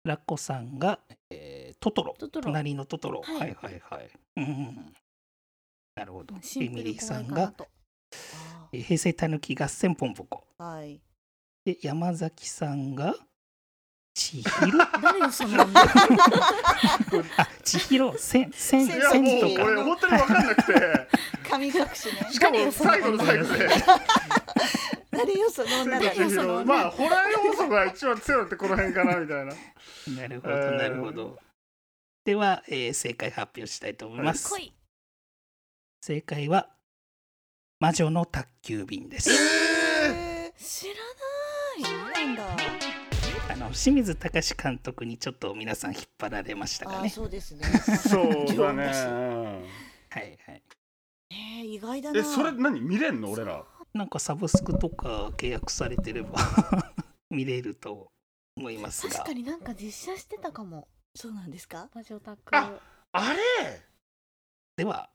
[SPEAKER 4] ラッコさんが、えートトロ、
[SPEAKER 2] トトロ
[SPEAKER 4] 隣のトトロ、
[SPEAKER 2] はい
[SPEAKER 4] はいはいはい。うん、なるほど。
[SPEAKER 2] シ
[SPEAKER 4] エ
[SPEAKER 2] ンプ
[SPEAKER 4] ミ
[SPEAKER 2] ル
[SPEAKER 4] リー
[SPEAKER 2] 怖
[SPEAKER 4] さ
[SPEAKER 2] い
[SPEAKER 4] ん
[SPEAKER 2] かな
[SPEAKER 4] が、
[SPEAKER 2] と
[SPEAKER 1] あ
[SPEAKER 4] えー平成たぬき合戦ポンポコ。
[SPEAKER 1] ーはい
[SPEAKER 4] で、山崎さんが、千尋
[SPEAKER 2] [laughs] 誰よそ
[SPEAKER 4] [laughs]
[SPEAKER 2] の女
[SPEAKER 4] あ、千尋、千、千、
[SPEAKER 1] い
[SPEAKER 3] い
[SPEAKER 1] や
[SPEAKER 3] やも
[SPEAKER 4] 千
[SPEAKER 3] う
[SPEAKER 4] と
[SPEAKER 1] もう
[SPEAKER 4] か。
[SPEAKER 3] 俺本当に分かんなくて [laughs]
[SPEAKER 1] 神隠しね
[SPEAKER 3] しかも最後の最後で
[SPEAKER 1] 誰よその女だ
[SPEAKER 2] 誰よその女
[SPEAKER 3] まあホラー要素が一番強いってこの辺かなみたいな
[SPEAKER 4] なるほ
[SPEAKER 3] え
[SPEAKER 4] ど、
[SPEAKER 3] ー
[SPEAKER 4] なるほど。では、えー正解発表したいと思います。
[SPEAKER 2] 来い
[SPEAKER 4] 正解は魔女の宅急便です。
[SPEAKER 1] え
[SPEAKER 2] 知ら
[SPEAKER 1] ーそうなんだ
[SPEAKER 4] あの清水隆監督にちょっと皆さん引っ張られました
[SPEAKER 1] あ
[SPEAKER 4] か
[SPEAKER 1] ー
[SPEAKER 4] ね。
[SPEAKER 1] そうですね
[SPEAKER 3] そうだね
[SPEAKER 4] はいはい。
[SPEAKER 1] えー意外だ
[SPEAKER 3] うん
[SPEAKER 1] な
[SPEAKER 3] えそれ何見れんの俺ら
[SPEAKER 4] なんかサブスクとか契約されてれば [laughs] 見れると思います
[SPEAKER 2] ない確
[SPEAKER 4] が
[SPEAKER 2] か。になんか実写してたかも
[SPEAKER 1] そうなんですか
[SPEAKER 2] 魔女タク
[SPEAKER 3] ああれ
[SPEAKER 4] では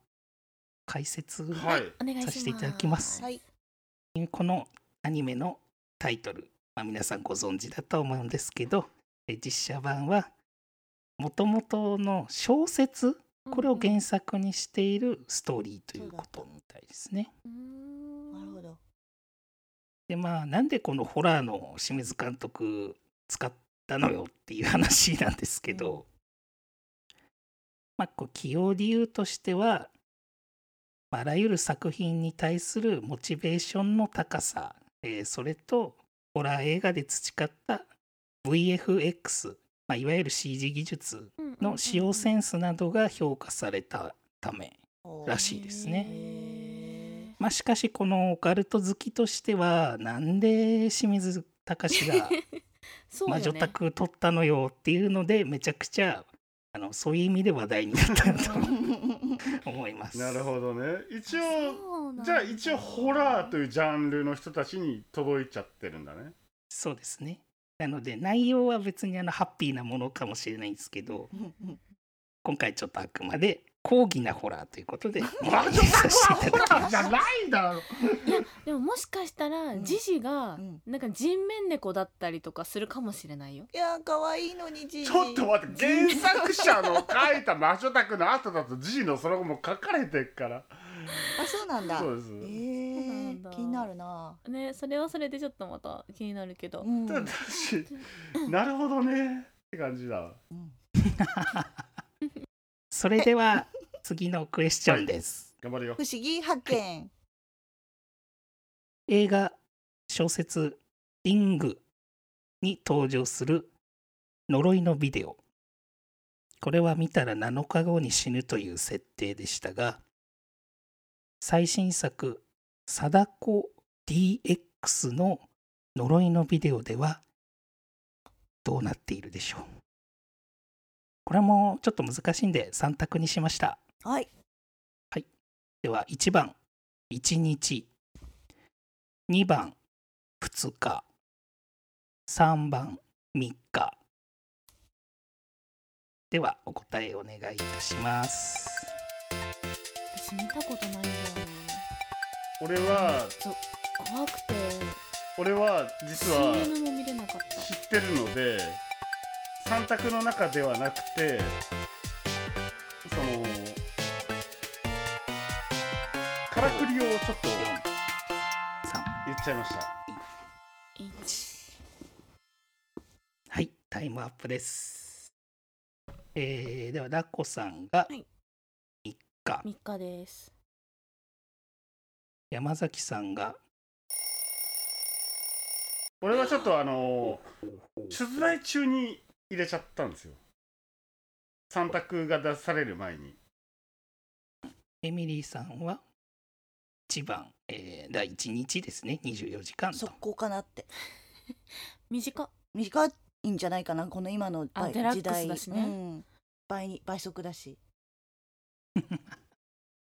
[SPEAKER 4] 解説を
[SPEAKER 3] はい
[SPEAKER 2] お願いします
[SPEAKER 4] させていただきます
[SPEAKER 1] はい
[SPEAKER 4] このアニメのタイトル、まあ、皆さんご存知だと思うんですけどえ実写版はもともとの小説これを原作にしているストーリーということみたいですね。
[SPEAKER 2] うん
[SPEAKER 1] なるほど
[SPEAKER 4] でまあなんでこのホラーの清水監督使ったのよっていう話なんですけど、まあこう起用理由としてはまああらゆる作品に対するモチベーションの高さ、えーそれとホラー映画で培った VFX、まあ、いわゆる CG 技術
[SPEAKER 2] うんうんうん
[SPEAKER 4] の使用センスなどが評価されたため
[SPEAKER 1] おー
[SPEAKER 4] らしいですね。
[SPEAKER 2] へ
[SPEAKER 4] まあ、しかしこのオカルト好きとしてはなんで清水隆が
[SPEAKER 2] ーそうよ
[SPEAKER 4] 魔
[SPEAKER 2] ね
[SPEAKER 4] 女宅取ったのよっていうのでめちゃくちゃあのそういう意味で話題になったんだと思います。
[SPEAKER 3] なるほどね一応
[SPEAKER 2] そうなんだ
[SPEAKER 3] じゃあ一応ホラーというジャンルの人たちに届いちゃってるんだね
[SPEAKER 4] そうですねなので内容は別にあのハッピーなものかもしれないんですけど今回ちょっとあくまで抗議なホラーということで
[SPEAKER 3] 魔女宅はホラーじゃないだろ
[SPEAKER 2] でももしかしたら
[SPEAKER 1] うん
[SPEAKER 2] ジジが
[SPEAKER 1] うん
[SPEAKER 2] なんか人面猫だったりとかするかもしれないよ
[SPEAKER 1] [laughs] いやー可愛いのにじい
[SPEAKER 3] ちょっと待って原作者の書いた魔女宅の後だと G のその後も書かれてるから
[SPEAKER 1] [laughs] あそうなんだ
[SPEAKER 3] そうです
[SPEAKER 1] え
[SPEAKER 2] そうなんだ
[SPEAKER 1] ー気になるな
[SPEAKER 2] ねそれはそれでちょっとまた気になるけど
[SPEAKER 1] うん
[SPEAKER 3] ただしなるほどねって感じだ
[SPEAKER 1] うん
[SPEAKER 4] それでは次のクエスチョンです。
[SPEAKER 3] 頑張るよ
[SPEAKER 1] 不思議発見
[SPEAKER 4] 映画小説「リング」に登場する呪いのビデオ。これは見たら7日後に死ぬという設定でしたが、最新作、貞子 DX の呪いのビデオではどうなっているでしょう。これもちょっと難しいんで3択にしました。
[SPEAKER 1] はい。
[SPEAKER 4] では1番1日2番2日3番3日ではお答えお願いいたします
[SPEAKER 2] 私見たことないんだよね
[SPEAKER 3] 俺は
[SPEAKER 2] ちょっと怖くて
[SPEAKER 3] 俺は実は
[SPEAKER 2] CM も見れなかった
[SPEAKER 3] 知ってるので3択の中ではなくてそのからくりをちょっと
[SPEAKER 4] 3
[SPEAKER 3] 言っちゃいました
[SPEAKER 2] 一
[SPEAKER 4] はいタイムアップですえー、ではラコさんが
[SPEAKER 2] はい
[SPEAKER 4] 3日、
[SPEAKER 2] 三日です
[SPEAKER 4] 山崎さんが
[SPEAKER 3] 俺はちょっとあの取材中に入れちゃったんですよ3択が出される前に
[SPEAKER 4] エミリーさんは1番、えー、第1日ですね24時間と
[SPEAKER 1] 速攻かなって。
[SPEAKER 2] 短っ
[SPEAKER 1] 短いんじゃないかな、この今の
[SPEAKER 2] あ
[SPEAKER 1] ばい
[SPEAKER 2] デラック
[SPEAKER 1] 時
[SPEAKER 2] ス
[SPEAKER 1] 代。
[SPEAKER 2] だしね
[SPEAKER 1] うん倍に倍速だし。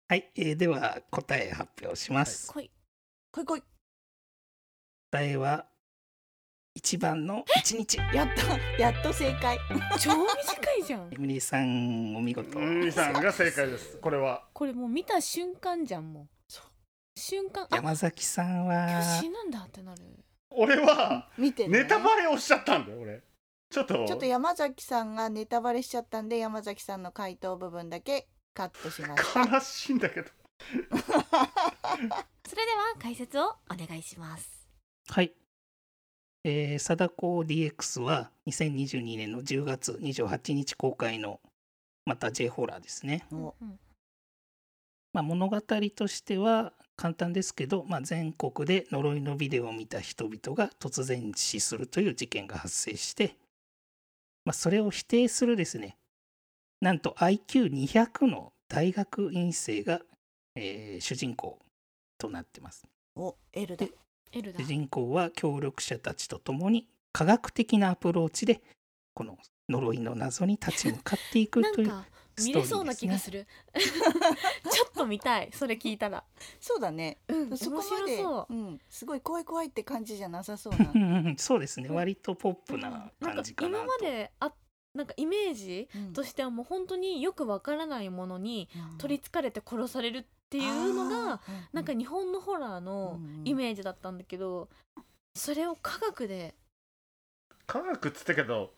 [SPEAKER 4] はい、えーでは答え発表します、
[SPEAKER 2] 来い
[SPEAKER 1] こいこい。
[SPEAKER 4] 答えは1番の1日
[SPEAKER 1] やった。やっと正解。
[SPEAKER 2] 超短いじゃん
[SPEAKER 4] エミリーさんお見事
[SPEAKER 3] うんみさんが正解ですこれは
[SPEAKER 2] これもう見た瞬間じゃんもう瞬間あ
[SPEAKER 4] 山崎さん
[SPEAKER 2] 今日
[SPEAKER 4] は
[SPEAKER 2] 死ぬんだってなる
[SPEAKER 3] 俺は
[SPEAKER 1] 見て、ね。
[SPEAKER 3] ネタバレをしちゃったんだよ俺ちょっと
[SPEAKER 1] ちょっと山崎さんがネタバレしちゃったんで山崎さんの回答部分だけカットしました。
[SPEAKER 3] 悲しいんだけど
[SPEAKER 2] それでは解説をお願いします
[SPEAKER 4] はいえー、貞子 DX は2022年の10月28日公開のまた J ホラーですね、
[SPEAKER 1] お
[SPEAKER 2] うん
[SPEAKER 4] まあ、物語としては簡単ですけど、まあ、全国で呪いのビデオを見た人々が突然死するという事件が発生して、まあ、それを否定するですねなんと IQ200 の大学院生が、えー主人公となってます
[SPEAKER 1] お、エルだ。
[SPEAKER 2] L だ
[SPEAKER 4] 主人公は協力者たちと共に科学的なアプローチでこの呪いの謎に立ち向かっていく
[SPEAKER 2] な
[SPEAKER 4] と
[SPEAKER 2] ん
[SPEAKER 4] いう
[SPEAKER 2] か見れそうな気がす [laughs] るちょっと見たいそれ聞いたら
[SPEAKER 1] そうだね。
[SPEAKER 2] うん
[SPEAKER 1] そ
[SPEAKER 2] 面
[SPEAKER 1] こま
[SPEAKER 2] 白
[SPEAKER 1] で、
[SPEAKER 2] そう
[SPEAKER 1] ん、すごい怖い怖いって感じじゃなさそう
[SPEAKER 4] う
[SPEAKER 1] な。
[SPEAKER 4] んうんうんそうですね、
[SPEAKER 2] うん
[SPEAKER 4] 割とポップ
[SPEAKER 2] う
[SPEAKER 4] なん
[SPEAKER 2] なん
[SPEAKER 4] 感
[SPEAKER 2] か
[SPEAKER 4] じかな
[SPEAKER 2] 今
[SPEAKER 4] と
[SPEAKER 2] まであなんかイメージ
[SPEAKER 1] うん
[SPEAKER 2] としてはもう本当によくわからないものに
[SPEAKER 1] うん
[SPEAKER 2] 取りつかれて殺されるっていうのが、
[SPEAKER 1] あー
[SPEAKER 2] なんか日本のホラーのイメージだったんだけどそれを科学で
[SPEAKER 3] 科学っつったけど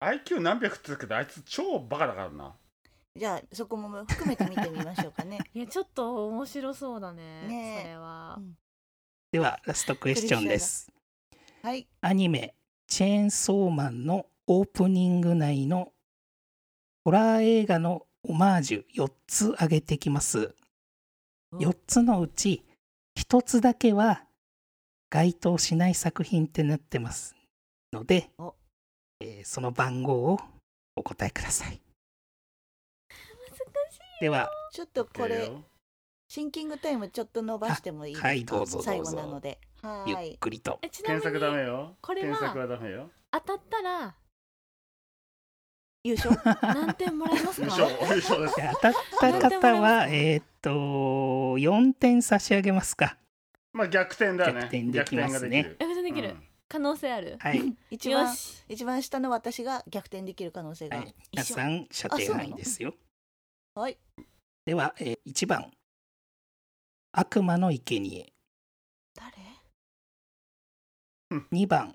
[SPEAKER 3] IQ 何百っつったけどあいつ超バカだからな
[SPEAKER 1] じゃあそこも含めて見てみましょうか
[SPEAKER 2] [laughs]
[SPEAKER 1] ね。
[SPEAKER 2] いやちょっと面白そうだね
[SPEAKER 1] ねえ
[SPEAKER 2] それは、
[SPEAKER 1] うん
[SPEAKER 4] ではラストクエスチョンです
[SPEAKER 1] はい。
[SPEAKER 4] アニメ「チェーンソーマン」のオープニング内のホラー映画のオマージュ4つ挙げてきます
[SPEAKER 1] お
[SPEAKER 4] 4つのうち1つだけは該当しない作品ってなってますので
[SPEAKER 1] お、
[SPEAKER 4] えーその番号をお答えくださいでは
[SPEAKER 1] ちょっとこ
[SPEAKER 3] いけ
[SPEAKER 1] れ
[SPEAKER 3] るよ
[SPEAKER 1] シンキングタイムちょっと伸ばしてもいいですか。
[SPEAKER 4] はいどうぞどうぞ
[SPEAKER 1] 最後なので。は
[SPEAKER 4] ゆ
[SPEAKER 1] ー
[SPEAKER 4] っ
[SPEAKER 1] い。
[SPEAKER 4] くりと
[SPEAKER 2] えちなみ
[SPEAKER 3] 検
[SPEAKER 2] に
[SPEAKER 3] 索ダメよ
[SPEAKER 2] これは
[SPEAKER 3] 検索はダメよ
[SPEAKER 2] 当たったら
[SPEAKER 1] 優勝。
[SPEAKER 4] [laughs]
[SPEAKER 2] 何点もらえます
[SPEAKER 3] 優
[SPEAKER 2] か
[SPEAKER 3] 勝優勝です
[SPEAKER 4] じゃあ当たった方はえーっと4点差し上げますか
[SPEAKER 3] まあ逆転だよね
[SPEAKER 4] 逆転できますね
[SPEAKER 3] 逆転ができる
[SPEAKER 2] え別にできる、可能性ある、
[SPEAKER 4] はい
[SPEAKER 1] 一
[SPEAKER 2] よ
[SPEAKER 1] 番
[SPEAKER 2] し
[SPEAKER 1] 一番下の私が逆転できる可能性が
[SPEAKER 4] は
[SPEAKER 1] あ
[SPEAKER 4] い
[SPEAKER 1] る。、
[SPEAKER 4] 皆
[SPEAKER 1] 一緒
[SPEAKER 4] さん射程範囲ですよ。
[SPEAKER 1] はい。
[SPEAKER 4] では、えー、1番「悪魔の生贄
[SPEAKER 2] 誰
[SPEAKER 4] 2番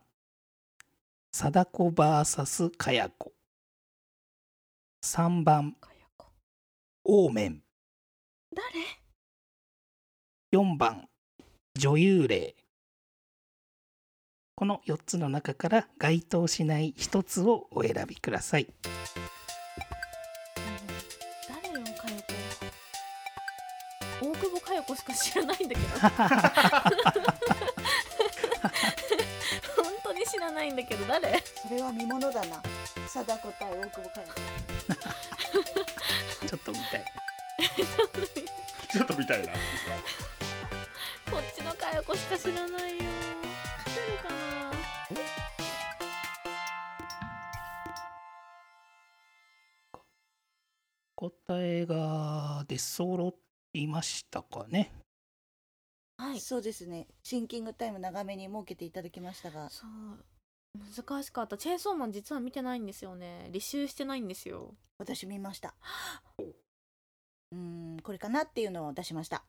[SPEAKER 4] 「貞子 VS かや子」3番
[SPEAKER 2] かやこ
[SPEAKER 4] 「オーメン
[SPEAKER 2] 誰」
[SPEAKER 4] 4番「女優霊」この4つの中から該当しない1つをお選びください。
[SPEAKER 2] 誰よかよこ大久保かよこしか
[SPEAKER 3] [laughs]
[SPEAKER 2] 知らないんだけど本当に知らないんだけど誰
[SPEAKER 1] それは見ものだな貞子対大久保佳代子
[SPEAKER 4] ちょっと見たい
[SPEAKER 3] ちょっと見たいな。
[SPEAKER 2] こっちのかよこしか知らないよ勝てるかな
[SPEAKER 4] 答えが出揃いましたかね
[SPEAKER 2] はい
[SPEAKER 1] そうですねシンキングタイム長めに設けていただきましたが
[SPEAKER 2] そう難しかったチェーンソーマン実は見てないんですよね履修してないんですよ
[SPEAKER 1] 私見ましたうーんこれかなっていうのを出しました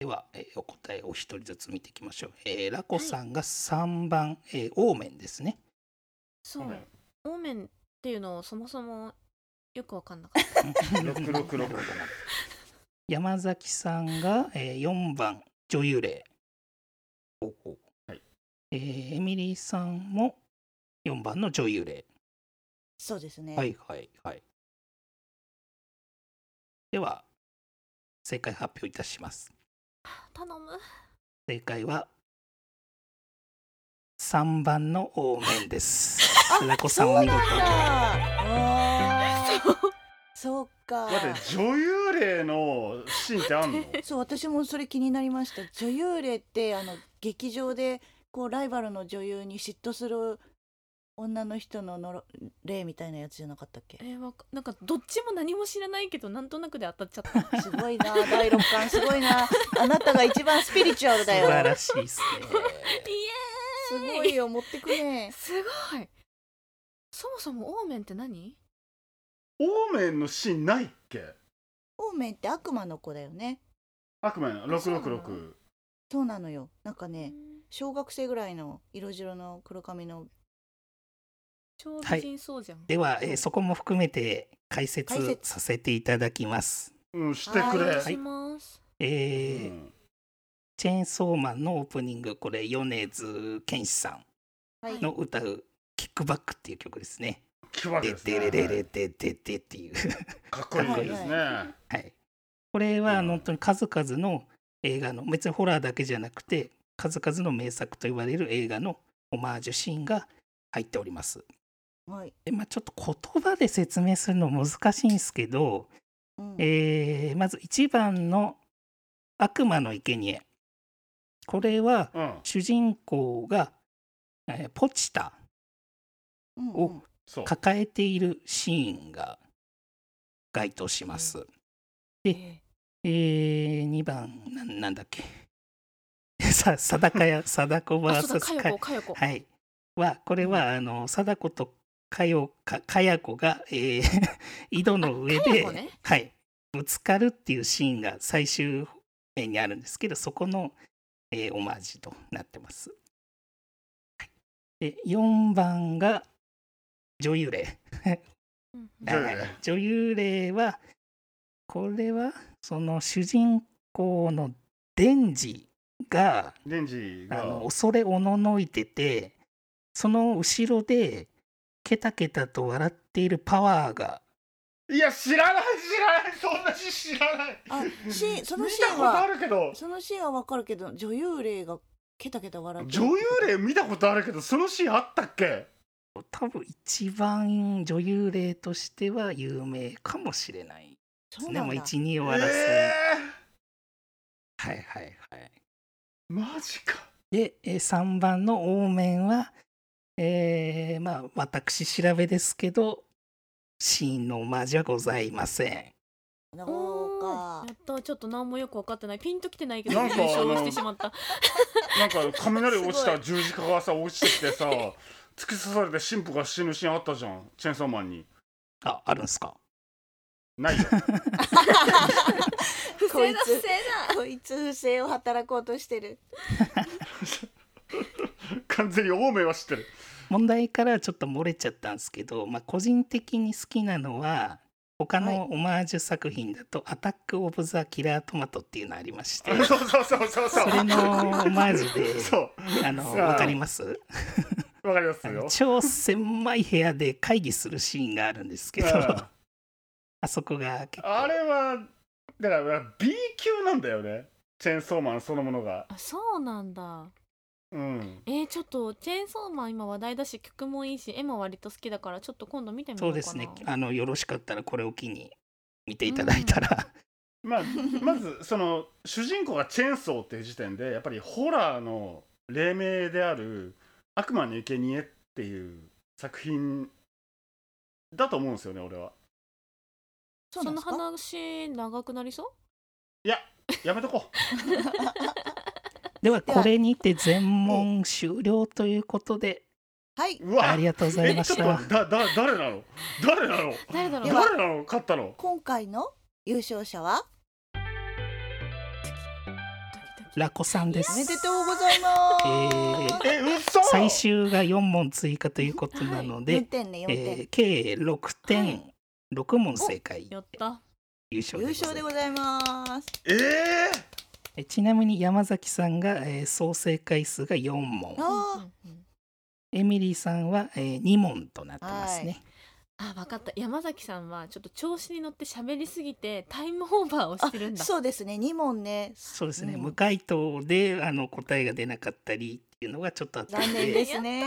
[SPEAKER 4] では、えーお答えをお一人ずつ見ていきましょう、えーラコさんが3番、えーオーメンですね
[SPEAKER 2] そううんオーメンっていうのをそもそもよくわかんなかった
[SPEAKER 3] 六六六
[SPEAKER 4] 山崎さんが、えー、4番女優霊ほうほう
[SPEAKER 3] はい
[SPEAKER 4] えーエミリーさんも4番の女優霊
[SPEAKER 1] そうですね、
[SPEAKER 4] はいはいはいでは正解発表いたします
[SPEAKER 2] [laughs] 頼む
[SPEAKER 4] 正解は3番のオーメンですラコさんお見事
[SPEAKER 1] そうなんだおーそうか
[SPEAKER 3] 待って、女優霊のシーンってあんの
[SPEAKER 1] そう私もそれ気になりました女優霊ってあの劇場でこうライバルの女優に嫉妬する女の人ののろ霊みたいなやつじゃなかったっけ
[SPEAKER 2] えー、わかなんかどっちも何も知らないけどなんとなくで当たっち [laughs] ゃった
[SPEAKER 1] すごいな第六感すごいなあなたが一番スピリチュアル
[SPEAKER 4] 素
[SPEAKER 1] だよ
[SPEAKER 4] 晴らしいです
[SPEAKER 2] イ
[SPEAKER 4] ね
[SPEAKER 1] す
[SPEAKER 2] エーイ
[SPEAKER 1] ごいよ持ってくね
[SPEAKER 2] すごいそもそもオーメンって何
[SPEAKER 3] オーメンのシーンないっけ
[SPEAKER 1] オーメンって悪魔の子だよね
[SPEAKER 3] 悪魔の六六
[SPEAKER 2] そうな
[SPEAKER 3] 六。
[SPEAKER 1] そうなのよなんか
[SPEAKER 2] う
[SPEAKER 1] ね
[SPEAKER 2] ん
[SPEAKER 1] 小学生ぐらいの色白の黒髪の
[SPEAKER 2] 超美人そうじゃん、
[SPEAKER 4] では、えーそこも含めて解
[SPEAKER 1] 解
[SPEAKER 4] 説
[SPEAKER 1] 説
[SPEAKER 4] させていただきます、
[SPEAKER 3] うん、してく
[SPEAKER 2] お願
[SPEAKER 3] れ。
[SPEAKER 2] いします、
[SPEAKER 4] え
[SPEAKER 3] う
[SPEAKER 4] ー
[SPEAKER 3] ん
[SPEAKER 4] チェーンソーマンのオープニングこれ米津玄師さ
[SPEAKER 1] はい
[SPEAKER 4] んの歌う「キックバック」っていう曲ですね。
[SPEAKER 3] 聞くわけ
[SPEAKER 4] で
[SPEAKER 3] です
[SPEAKER 4] でれれれ
[SPEAKER 3] ね。
[SPEAKER 4] でででっていう
[SPEAKER 3] かっこいいですね。
[SPEAKER 4] はいこれはあ
[SPEAKER 3] うん
[SPEAKER 4] の本当に数々の映画の別にホラーだけじゃなくて数々の名作と言われる映画のオマージュシーンが入っております。
[SPEAKER 1] はい、
[SPEAKER 4] でまあ、ちょっと言葉で説明するの難しいんですけど、
[SPEAKER 1] うん、
[SPEAKER 4] えーまず1番の「悪魔の生贄これは
[SPEAKER 3] うん、
[SPEAKER 4] 主人公が、えーポチタ
[SPEAKER 1] うんうん
[SPEAKER 4] お
[SPEAKER 3] そう。
[SPEAKER 4] 抱えているシーンが該当します。で、えー、2番な、なんだっけ。 [laughs] さ、貞子
[SPEAKER 2] [laughs]
[SPEAKER 4] や、貞子
[SPEAKER 2] あそう
[SPEAKER 4] VS
[SPEAKER 2] だかよこかよこ、
[SPEAKER 4] はい。は、これは、あの、貞子とかよ、か、かやこが、えー [laughs] 井戸の上
[SPEAKER 2] あかや
[SPEAKER 4] で、
[SPEAKER 2] こね
[SPEAKER 4] はい。ぶつかるっていうシーンが最終面にあるんですけど、そこの、えーオマージュとなってます。はい、で、4番が、女優霊。
[SPEAKER 2] うんうん
[SPEAKER 3] 女優霊
[SPEAKER 4] はい女優霊はこれはその主人公のデンジが
[SPEAKER 3] レンジ
[SPEAKER 4] あ
[SPEAKER 3] が。
[SPEAKER 4] の恐れおののいててその後ろでケタケタと笑っているパワーが
[SPEAKER 3] いや、知らない、知らない、そんなし知らない。
[SPEAKER 1] あシーンその
[SPEAKER 3] 見
[SPEAKER 1] シ
[SPEAKER 3] た
[SPEAKER 1] ーン
[SPEAKER 3] ことあ
[SPEAKER 1] は
[SPEAKER 3] るけど。
[SPEAKER 1] そのシーンはわかるけど女優霊がケタケタ笑って
[SPEAKER 3] 女優霊見たことあるけど、そのシーンあったっけ。
[SPEAKER 4] 多分一番女優霊としては有名かもしれないで
[SPEAKER 1] そ
[SPEAKER 4] す
[SPEAKER 1] う
[SPEAKER 4] ね。
[SPEAKER 1] なん
[SPEAKER 4] もう
[SPEAKER 1] だ
[SPEAKER 4] 一二を争う、
[SPEAKER 3] え
[SPEAKER 4] はいはいはい。
[SPEAKER 3] ー、マジか。
[SPEAKER 4] で、えー3番のオーメンは、えーまあ、私調べですけど、シーンのオマージュはございません。
[SPEAKER 1] そうか
[SPEAKER 2] おーやったちょっと何もよく分かってないピンときてないけど
[SPEAKER 3] なんか
[SPEAKER 2] 優勝
[SPEAKER 3] あの
[SPEAKER 2] してしまった
[SPEAKER 3] なんか雷落ち
[SPEAKER 1] す
[SPEAKER 3] た
[SPEAKER 1] ご
[SPEAKER 3] 十字架がさ落ちてきてさ突き刺されて神父が死ぬシーンあったじゃんチェーンソーマンに
[SPEAKER 4] あ、あるんですか
[SPEAKER 3] ないよ
[SPEAKER 4] [laughs]
[SPEAKER 2] 不
[SPEAKER 1] こい
[SPEAKER 2] 正
[SPEAKER 1] つ
[SPEAKER 2] だ
[SPEAKER 1] [laughs]
[SPEAKER 2] 不正だ
[SPEAKER 1] こいつ不正を働こうとして
[SPEAKER 2] [laughs]
[SPEAKER 1] る
[SPEAKER 3] 完全にオーメンは知ってる
[SPEAKER 4] 問題からちょっと漏れちゃったんですけど、まあ、個人的に好きなのは、他のオマージュ作品だと、アタック・オブ・ザ・キラートマトっていうのありまして、
[SPEAKER 3] そうそうそうそうそう
[SPEAKER 4] それのオマージュ
[SPEAKER 3] そ
[SPEAKER 4] で、
[SPEAKER 3] う
[SPEAKER 4] あの、
[SPEAKER 3] さあ
[SPEAKER 4] わかります
[SPEAKER 3] わかります
[SPEAKER 4] あの
[SPEAKER 3] よ
[SPEAKER 4] 超狭い部屋で会議するシーンがあるんですけど、
[SPEAKER 3] うん
[SPEAKER 4] あそこが結構。
[SPEAKER 3] あれはだから B 級なんだよねチェーンソーマンそのものが
[SPEAKER 2] あそうなんだ
[SPEAKER 3] うん、
[SPEAKER 2] えー、ちょっとチェーンソーマン今話題だし曲もいいし絵も割と好きだからちょっと今度見てみよ
[SPEAKER 4] そうう
[SPEAKER 2] か
[SPEAKER 4] で
[SPEAKER 2] な
[SPEAKER 4] すねあのよろしかったらこれを機に見ていただいたら、
[SPEAKER 3] まあ、まずその主人公がチェーンソーっていう時点でやっぱりホラーの黎明である「悪魔の生贄っていう作品だと思うんですよね俺は。
[SPEAKER 1] そう
[SPEAKER 2] そ
[SPEAKER 1] なんで
[SPEAKER 2] の
[SPEAKER 1] すか
[SPEAKER 2] 話長くなりそ
[SPEAKER 3] いややめとこう
[SPEAKER 4] [laughs] ではこれにて全問終了ということで
[SPEAKER 1] はいう
[SPEAKER 3] わ
[SPEAKER 4] ありがとうございまし
[SPEAKER 3] えちょ
[SPEAKER 4] た
[SPEAKER 3] っとだだ誰なの誰なの
[SPEAKER 2] う誰
[SPEAKER 3] [laughs]
[SPEAKER 2] だろ
[SPEAKER 1] で
[SPEAKER 2] う
[SPEAKER 1] は
[SPEAKER 3] 誰なの勝ったの
[SPEAKER 1] 今回の優勝者
[SPEAKER 4] [laughs]
[SPEAKER 1] は
[SPEAKER 4] ラコさんで
[SPEAKER 1] お
[SPEAKER 4] す
[SPEAKER 1] めでとうございます、
[SPEAKER 4] えー
[SPEAKER 3] え嘘
[SPEAKER 4] 最終が4問追加ということなので、
[SPEAKER 1] 4点ね4点、
[SPEAKER 4] えー計6点、
[SPEAKER 2] はい
[SPEAKER 4] 6問正解
[SPEAKER 2] やった
[SPEAKER 4] 優勝
[SPEAKER 1] 優
[SPEAKER 4] でござ
[SPEAKER 1] 勝でご
[SPEAKER 4] います
[SPEAKER 1] ざいます
[SPEAKER 3] ええ
[SPEAKER 4] えちなみに山崎さんが、えー総正解数が4問
[SPEAKER 1] あー
[SPEAKER 2] うんうんうん
[SPEAKER 4] エミリーさんは、え2問となってますね、
[SPEAKER 2] あ分かった山崎さんはちょっと調子に乗って喋りすぎてタイムオーバーをしてるんだ
[SPEAKER 1] そうですね2問ね
[SPEAKER 4] そうですね、
[SPEAKER 1] うん
[SPEAKER 4] 無回答であの答えが出なかったりっていうのがちょっとあった
[SPEAKER 1] 残
[SPEAKER 4] ん
[SPEAKER 1] 念
[SPEAKER 4] で
[SPEAKER 1] ですね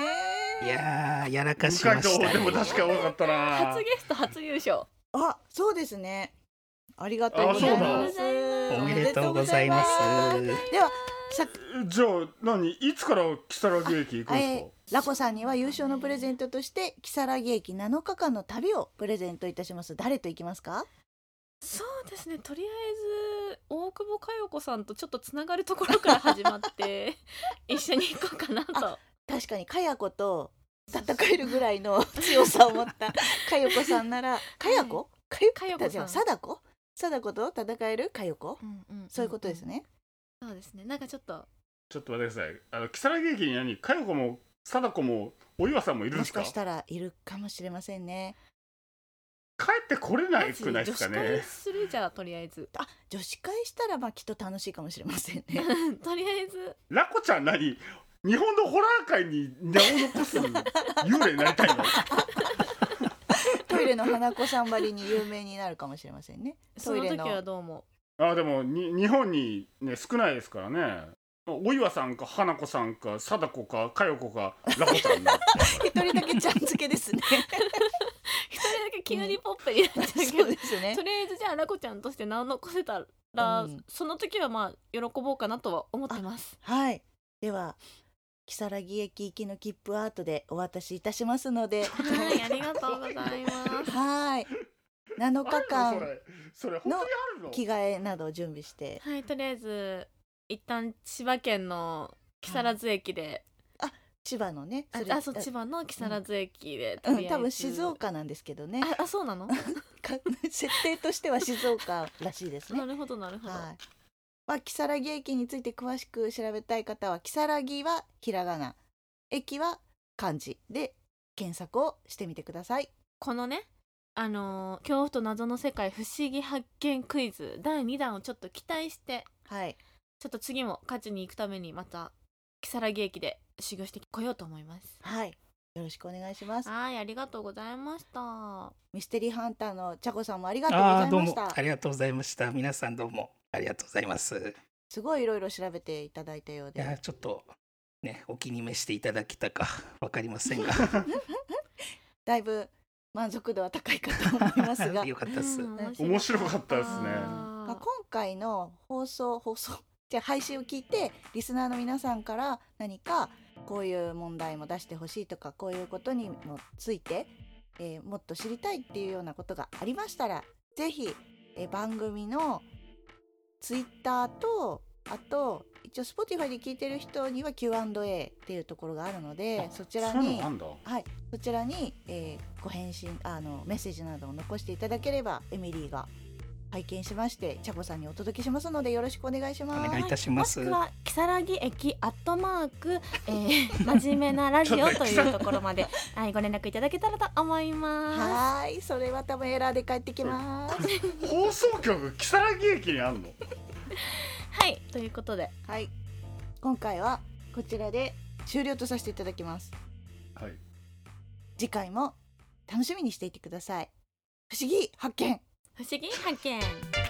[SPEAKER 4] いやーやらかし
[SPEAKER 3] 無回
[SPEAKER 4] ま
[SPEAKER 3] 答
[SPEAKER 4] した
[SPEAKER 3] でも
[SPEAKER 4] ね
[SPEAKER 3] 確か多かったな
[SPEAKER 2] [laughs] 初ゲスト初優勝
[SPEAKER 1] あそうですねありがとうご
[SPEAKER 3] あそ
[SPEAKER 1] ざいうま
[SPEAKER 3] だ
[SPEAKER 1] す
[SPEAKER 4] おめでとうございます
[SPEAKER 1] おめでとうございますではさ
[SPEAKER 3] じゃあ何いつから木更木駅行くんです
[SPEAKER 1] え
[SPEAKER 3] か
[SPEAKER 1] ー、ラコさんには優勝のプレゼントとして木更木駅7日間の旅をプレゼントいたします誰と行きますか
[SPEAKER 2] そうですねとりあえず大久保佳代子さんとちょっとつながるところから始まって [laughs] 一緒に行こうかなと
[SPEAKER 1] 確かにかや子と戦えるぐらいの強さを持ったかよこさんならかや子かよ
[SPEAKER 2] かよこさん
[SPEAKER 1] じゃあ貞子貞子と戦えるかよ子
[SPEAKER 2] うんうんんん
[SPEAKER 1] そういうことですね、
[SPEAKER 2] そうですねなんかちょっと
[SPEAKER 3] ちょっと待ってくださいあの木更木駅に何佳代子も貞子もお岩さんもいるん
[SPEAKER 1] もし
[SPEAKER 3] です
[SPEAKER 1] か
[SPEAKER 3] か
[SPEAKER 1] したらいるかもしれませんね
[SPEAKER 3] 帰ってこれな
[SPEAKER 2] まず
[SPEAKER 3] くないですか
[SPEAKER 2] 女子会
[SPEAKER 3] ね
[SPEAKER 2] するじゃあとりあえず
[SPEAKER 1] あ女子会したらまあきっと楽しいかもしれませんね [laughs]
[SPEAKER 2] とりあえず
[SPEAKER 3] ラコちゃん何日本のホラー界に名を残す幽霊になりたい
[SPEAKER 1] [laughs]
[SPEAKER 3] の
[SPEAKER 1] トイレの花子さんばりに有名になるかもしれません
[SPEAKER 2] [laughs]
[SPEAKER 1] ね
[SPEAKER 2] そ
[SPEAKER 1] トイ
[SPEAKER 2] の
[SPEAKER 1] レ
[SPEAKER 2] 時
[SPEAKER 1] の
[SPEAKER 2] はどうも
[SPEAKER 3] あでもに日本にね少ないですからねお岩さんか花子さんか貞子か佳代子かラコち
[SPEAKER 1] [laughs]
[SPEAKER 3] ゃんになって
[SPEAKER 1] 一人だけちゃん付け
[SPEAKER 2] [laughs]
[SPEAKER 1] ですね
[SPEAKER 2] 一人だけ急にポップになっちゃうけど、
[SPEAKER 1] [laughs] そうですね
[SPEAKER 2] とりあえずじゃあラコちゃんとして名を残せたら、
[SPEAKER 1] うん
[SPEAKER 2] その時はまあ喜ぼうかなとは思ってます
[SPEAKER 1] はい。では、木更木駅行きの切符アートでお渡しいたしますの
[SPEAKER 2] [laughs]
[SPEAKER 1] で、
[SPEAKER 2] はいありがとうございます
[SPEAKER 1] はい。7
[SPEAKER 3] あ
[SPEAKER 1] 日
[SPEAKER 3] るのそ
[SPEAKER 1] 間
[SPEAKER 3] れそれ本当にあるの
[SPEAKER 1] 着替えなどを準備して、
[SPEAKER 2] はいとりあえず一旦千葉県の木更津駅で、
[SPEAKER 1] 千葉のね、れ
[SPEAKER 2] ああそう千葉の木更津駅で、
[SPEAKER 1] う
[SPEAKER 2] と
[SPEAKER 1] ん、
[SPEAKER 2] りあえず
[SPEAKER 1] 多分静岡なんですけどね。
[SPEAKER 2] ああそうなの
[SPEAKER 1] か [laughs] 設定としては静岡らしいですね
[SPEAKER 2] な。るほどなるほど、
[SPEAKER 1] はい。まあ、木更木駅について詳しく調べたい方は、木更木はひらがな、駅は漢字で検索をしてみてください。
[SPEAKER 2] このねあのー恐怖と謎の世界不思議発見クイズ第2弾をちょっと期待して
[SPEAKER 1] はい。
[SPEAKER 2] ちょっと次も勝ちに行くためにまた木更木駅で修行してこようと思います
[SPEAKER 1] はい。よろしくお願いします。
[SPEAKER 2] はいありがとうございました
[SPEAKER 1] ミステリーハンターのちゃこさんもありがとうご
[SPEAKER 4] あ
[SPEAKER 1] ざ
[SPEAKER 4] ー
[SPEAKER 1] い
[SPEAKER 4] どう
[SPEAKER 1] まし
[SPEAKER 4] も
[SPEAKER 1] た
[SPEAKER 4] あ。りがとうございました皆さんどうもありがとうございます
[SPEAKER 1] すごいいろいろ調べていただいたよう
[SPEAKER 4] いやー
[SPEAKER 1] で。
[SPEAKER 4] ちょっとねお気に召していただけたかわかりませんが、
[SPEAKER 1] だいぶ満足度は高いかと思いますが
[SPEAKER 4] [laughs] よかったです、
[SPEAKER 2] うん
[SPEAKER 3] 面白かったですね
[SPEAKER 1] まあ、今回の放送放送じゃあ配信を聞いてリスナーの皆さんから何かこういう問題も出してほしいとかこういうことにもついて、えーもっと知りたいっていうようなことがありましたらぜひ、えー番組のツイッターとあと一応 Spotify で聞いてる人には Q&A っていうところがあるので
[SPEAKER 3] あ
[SPEAKER 1] そちら
[SPEAKER 3] そうい
[SPEAKER 1] に
[SPEAKER 3] うのあんだ
[SPEAKER 1] はい、そちらに、えーご返信あのメッセージなどを残していただければエミリーが拝見しましてチャコさんにお届けしますのでよろしくお願いします。
[SPEAKER 4] お願いいたします
[SPEAKER 2] もしくは木更木駅アットマーク、えー、 [laughs] 真面目なラジオというところまで、はい、ご連絡いただけたらと思いま
[SPEAKER 1] はーい、それは多分エラーで帰ってきます。
[SPEAKER 3] 放送局木更木駅にあんの
[SPEAKER 2] す。はい、ということで、
[SPEAKER 1] はい、今回はこちらで終了とさせていただきます。
[SPEAKER 3] はい
[SPEAKER 1] 次回も楽しみにしていてください。不思議発見。
[SPEAKER 2] 不思議発見。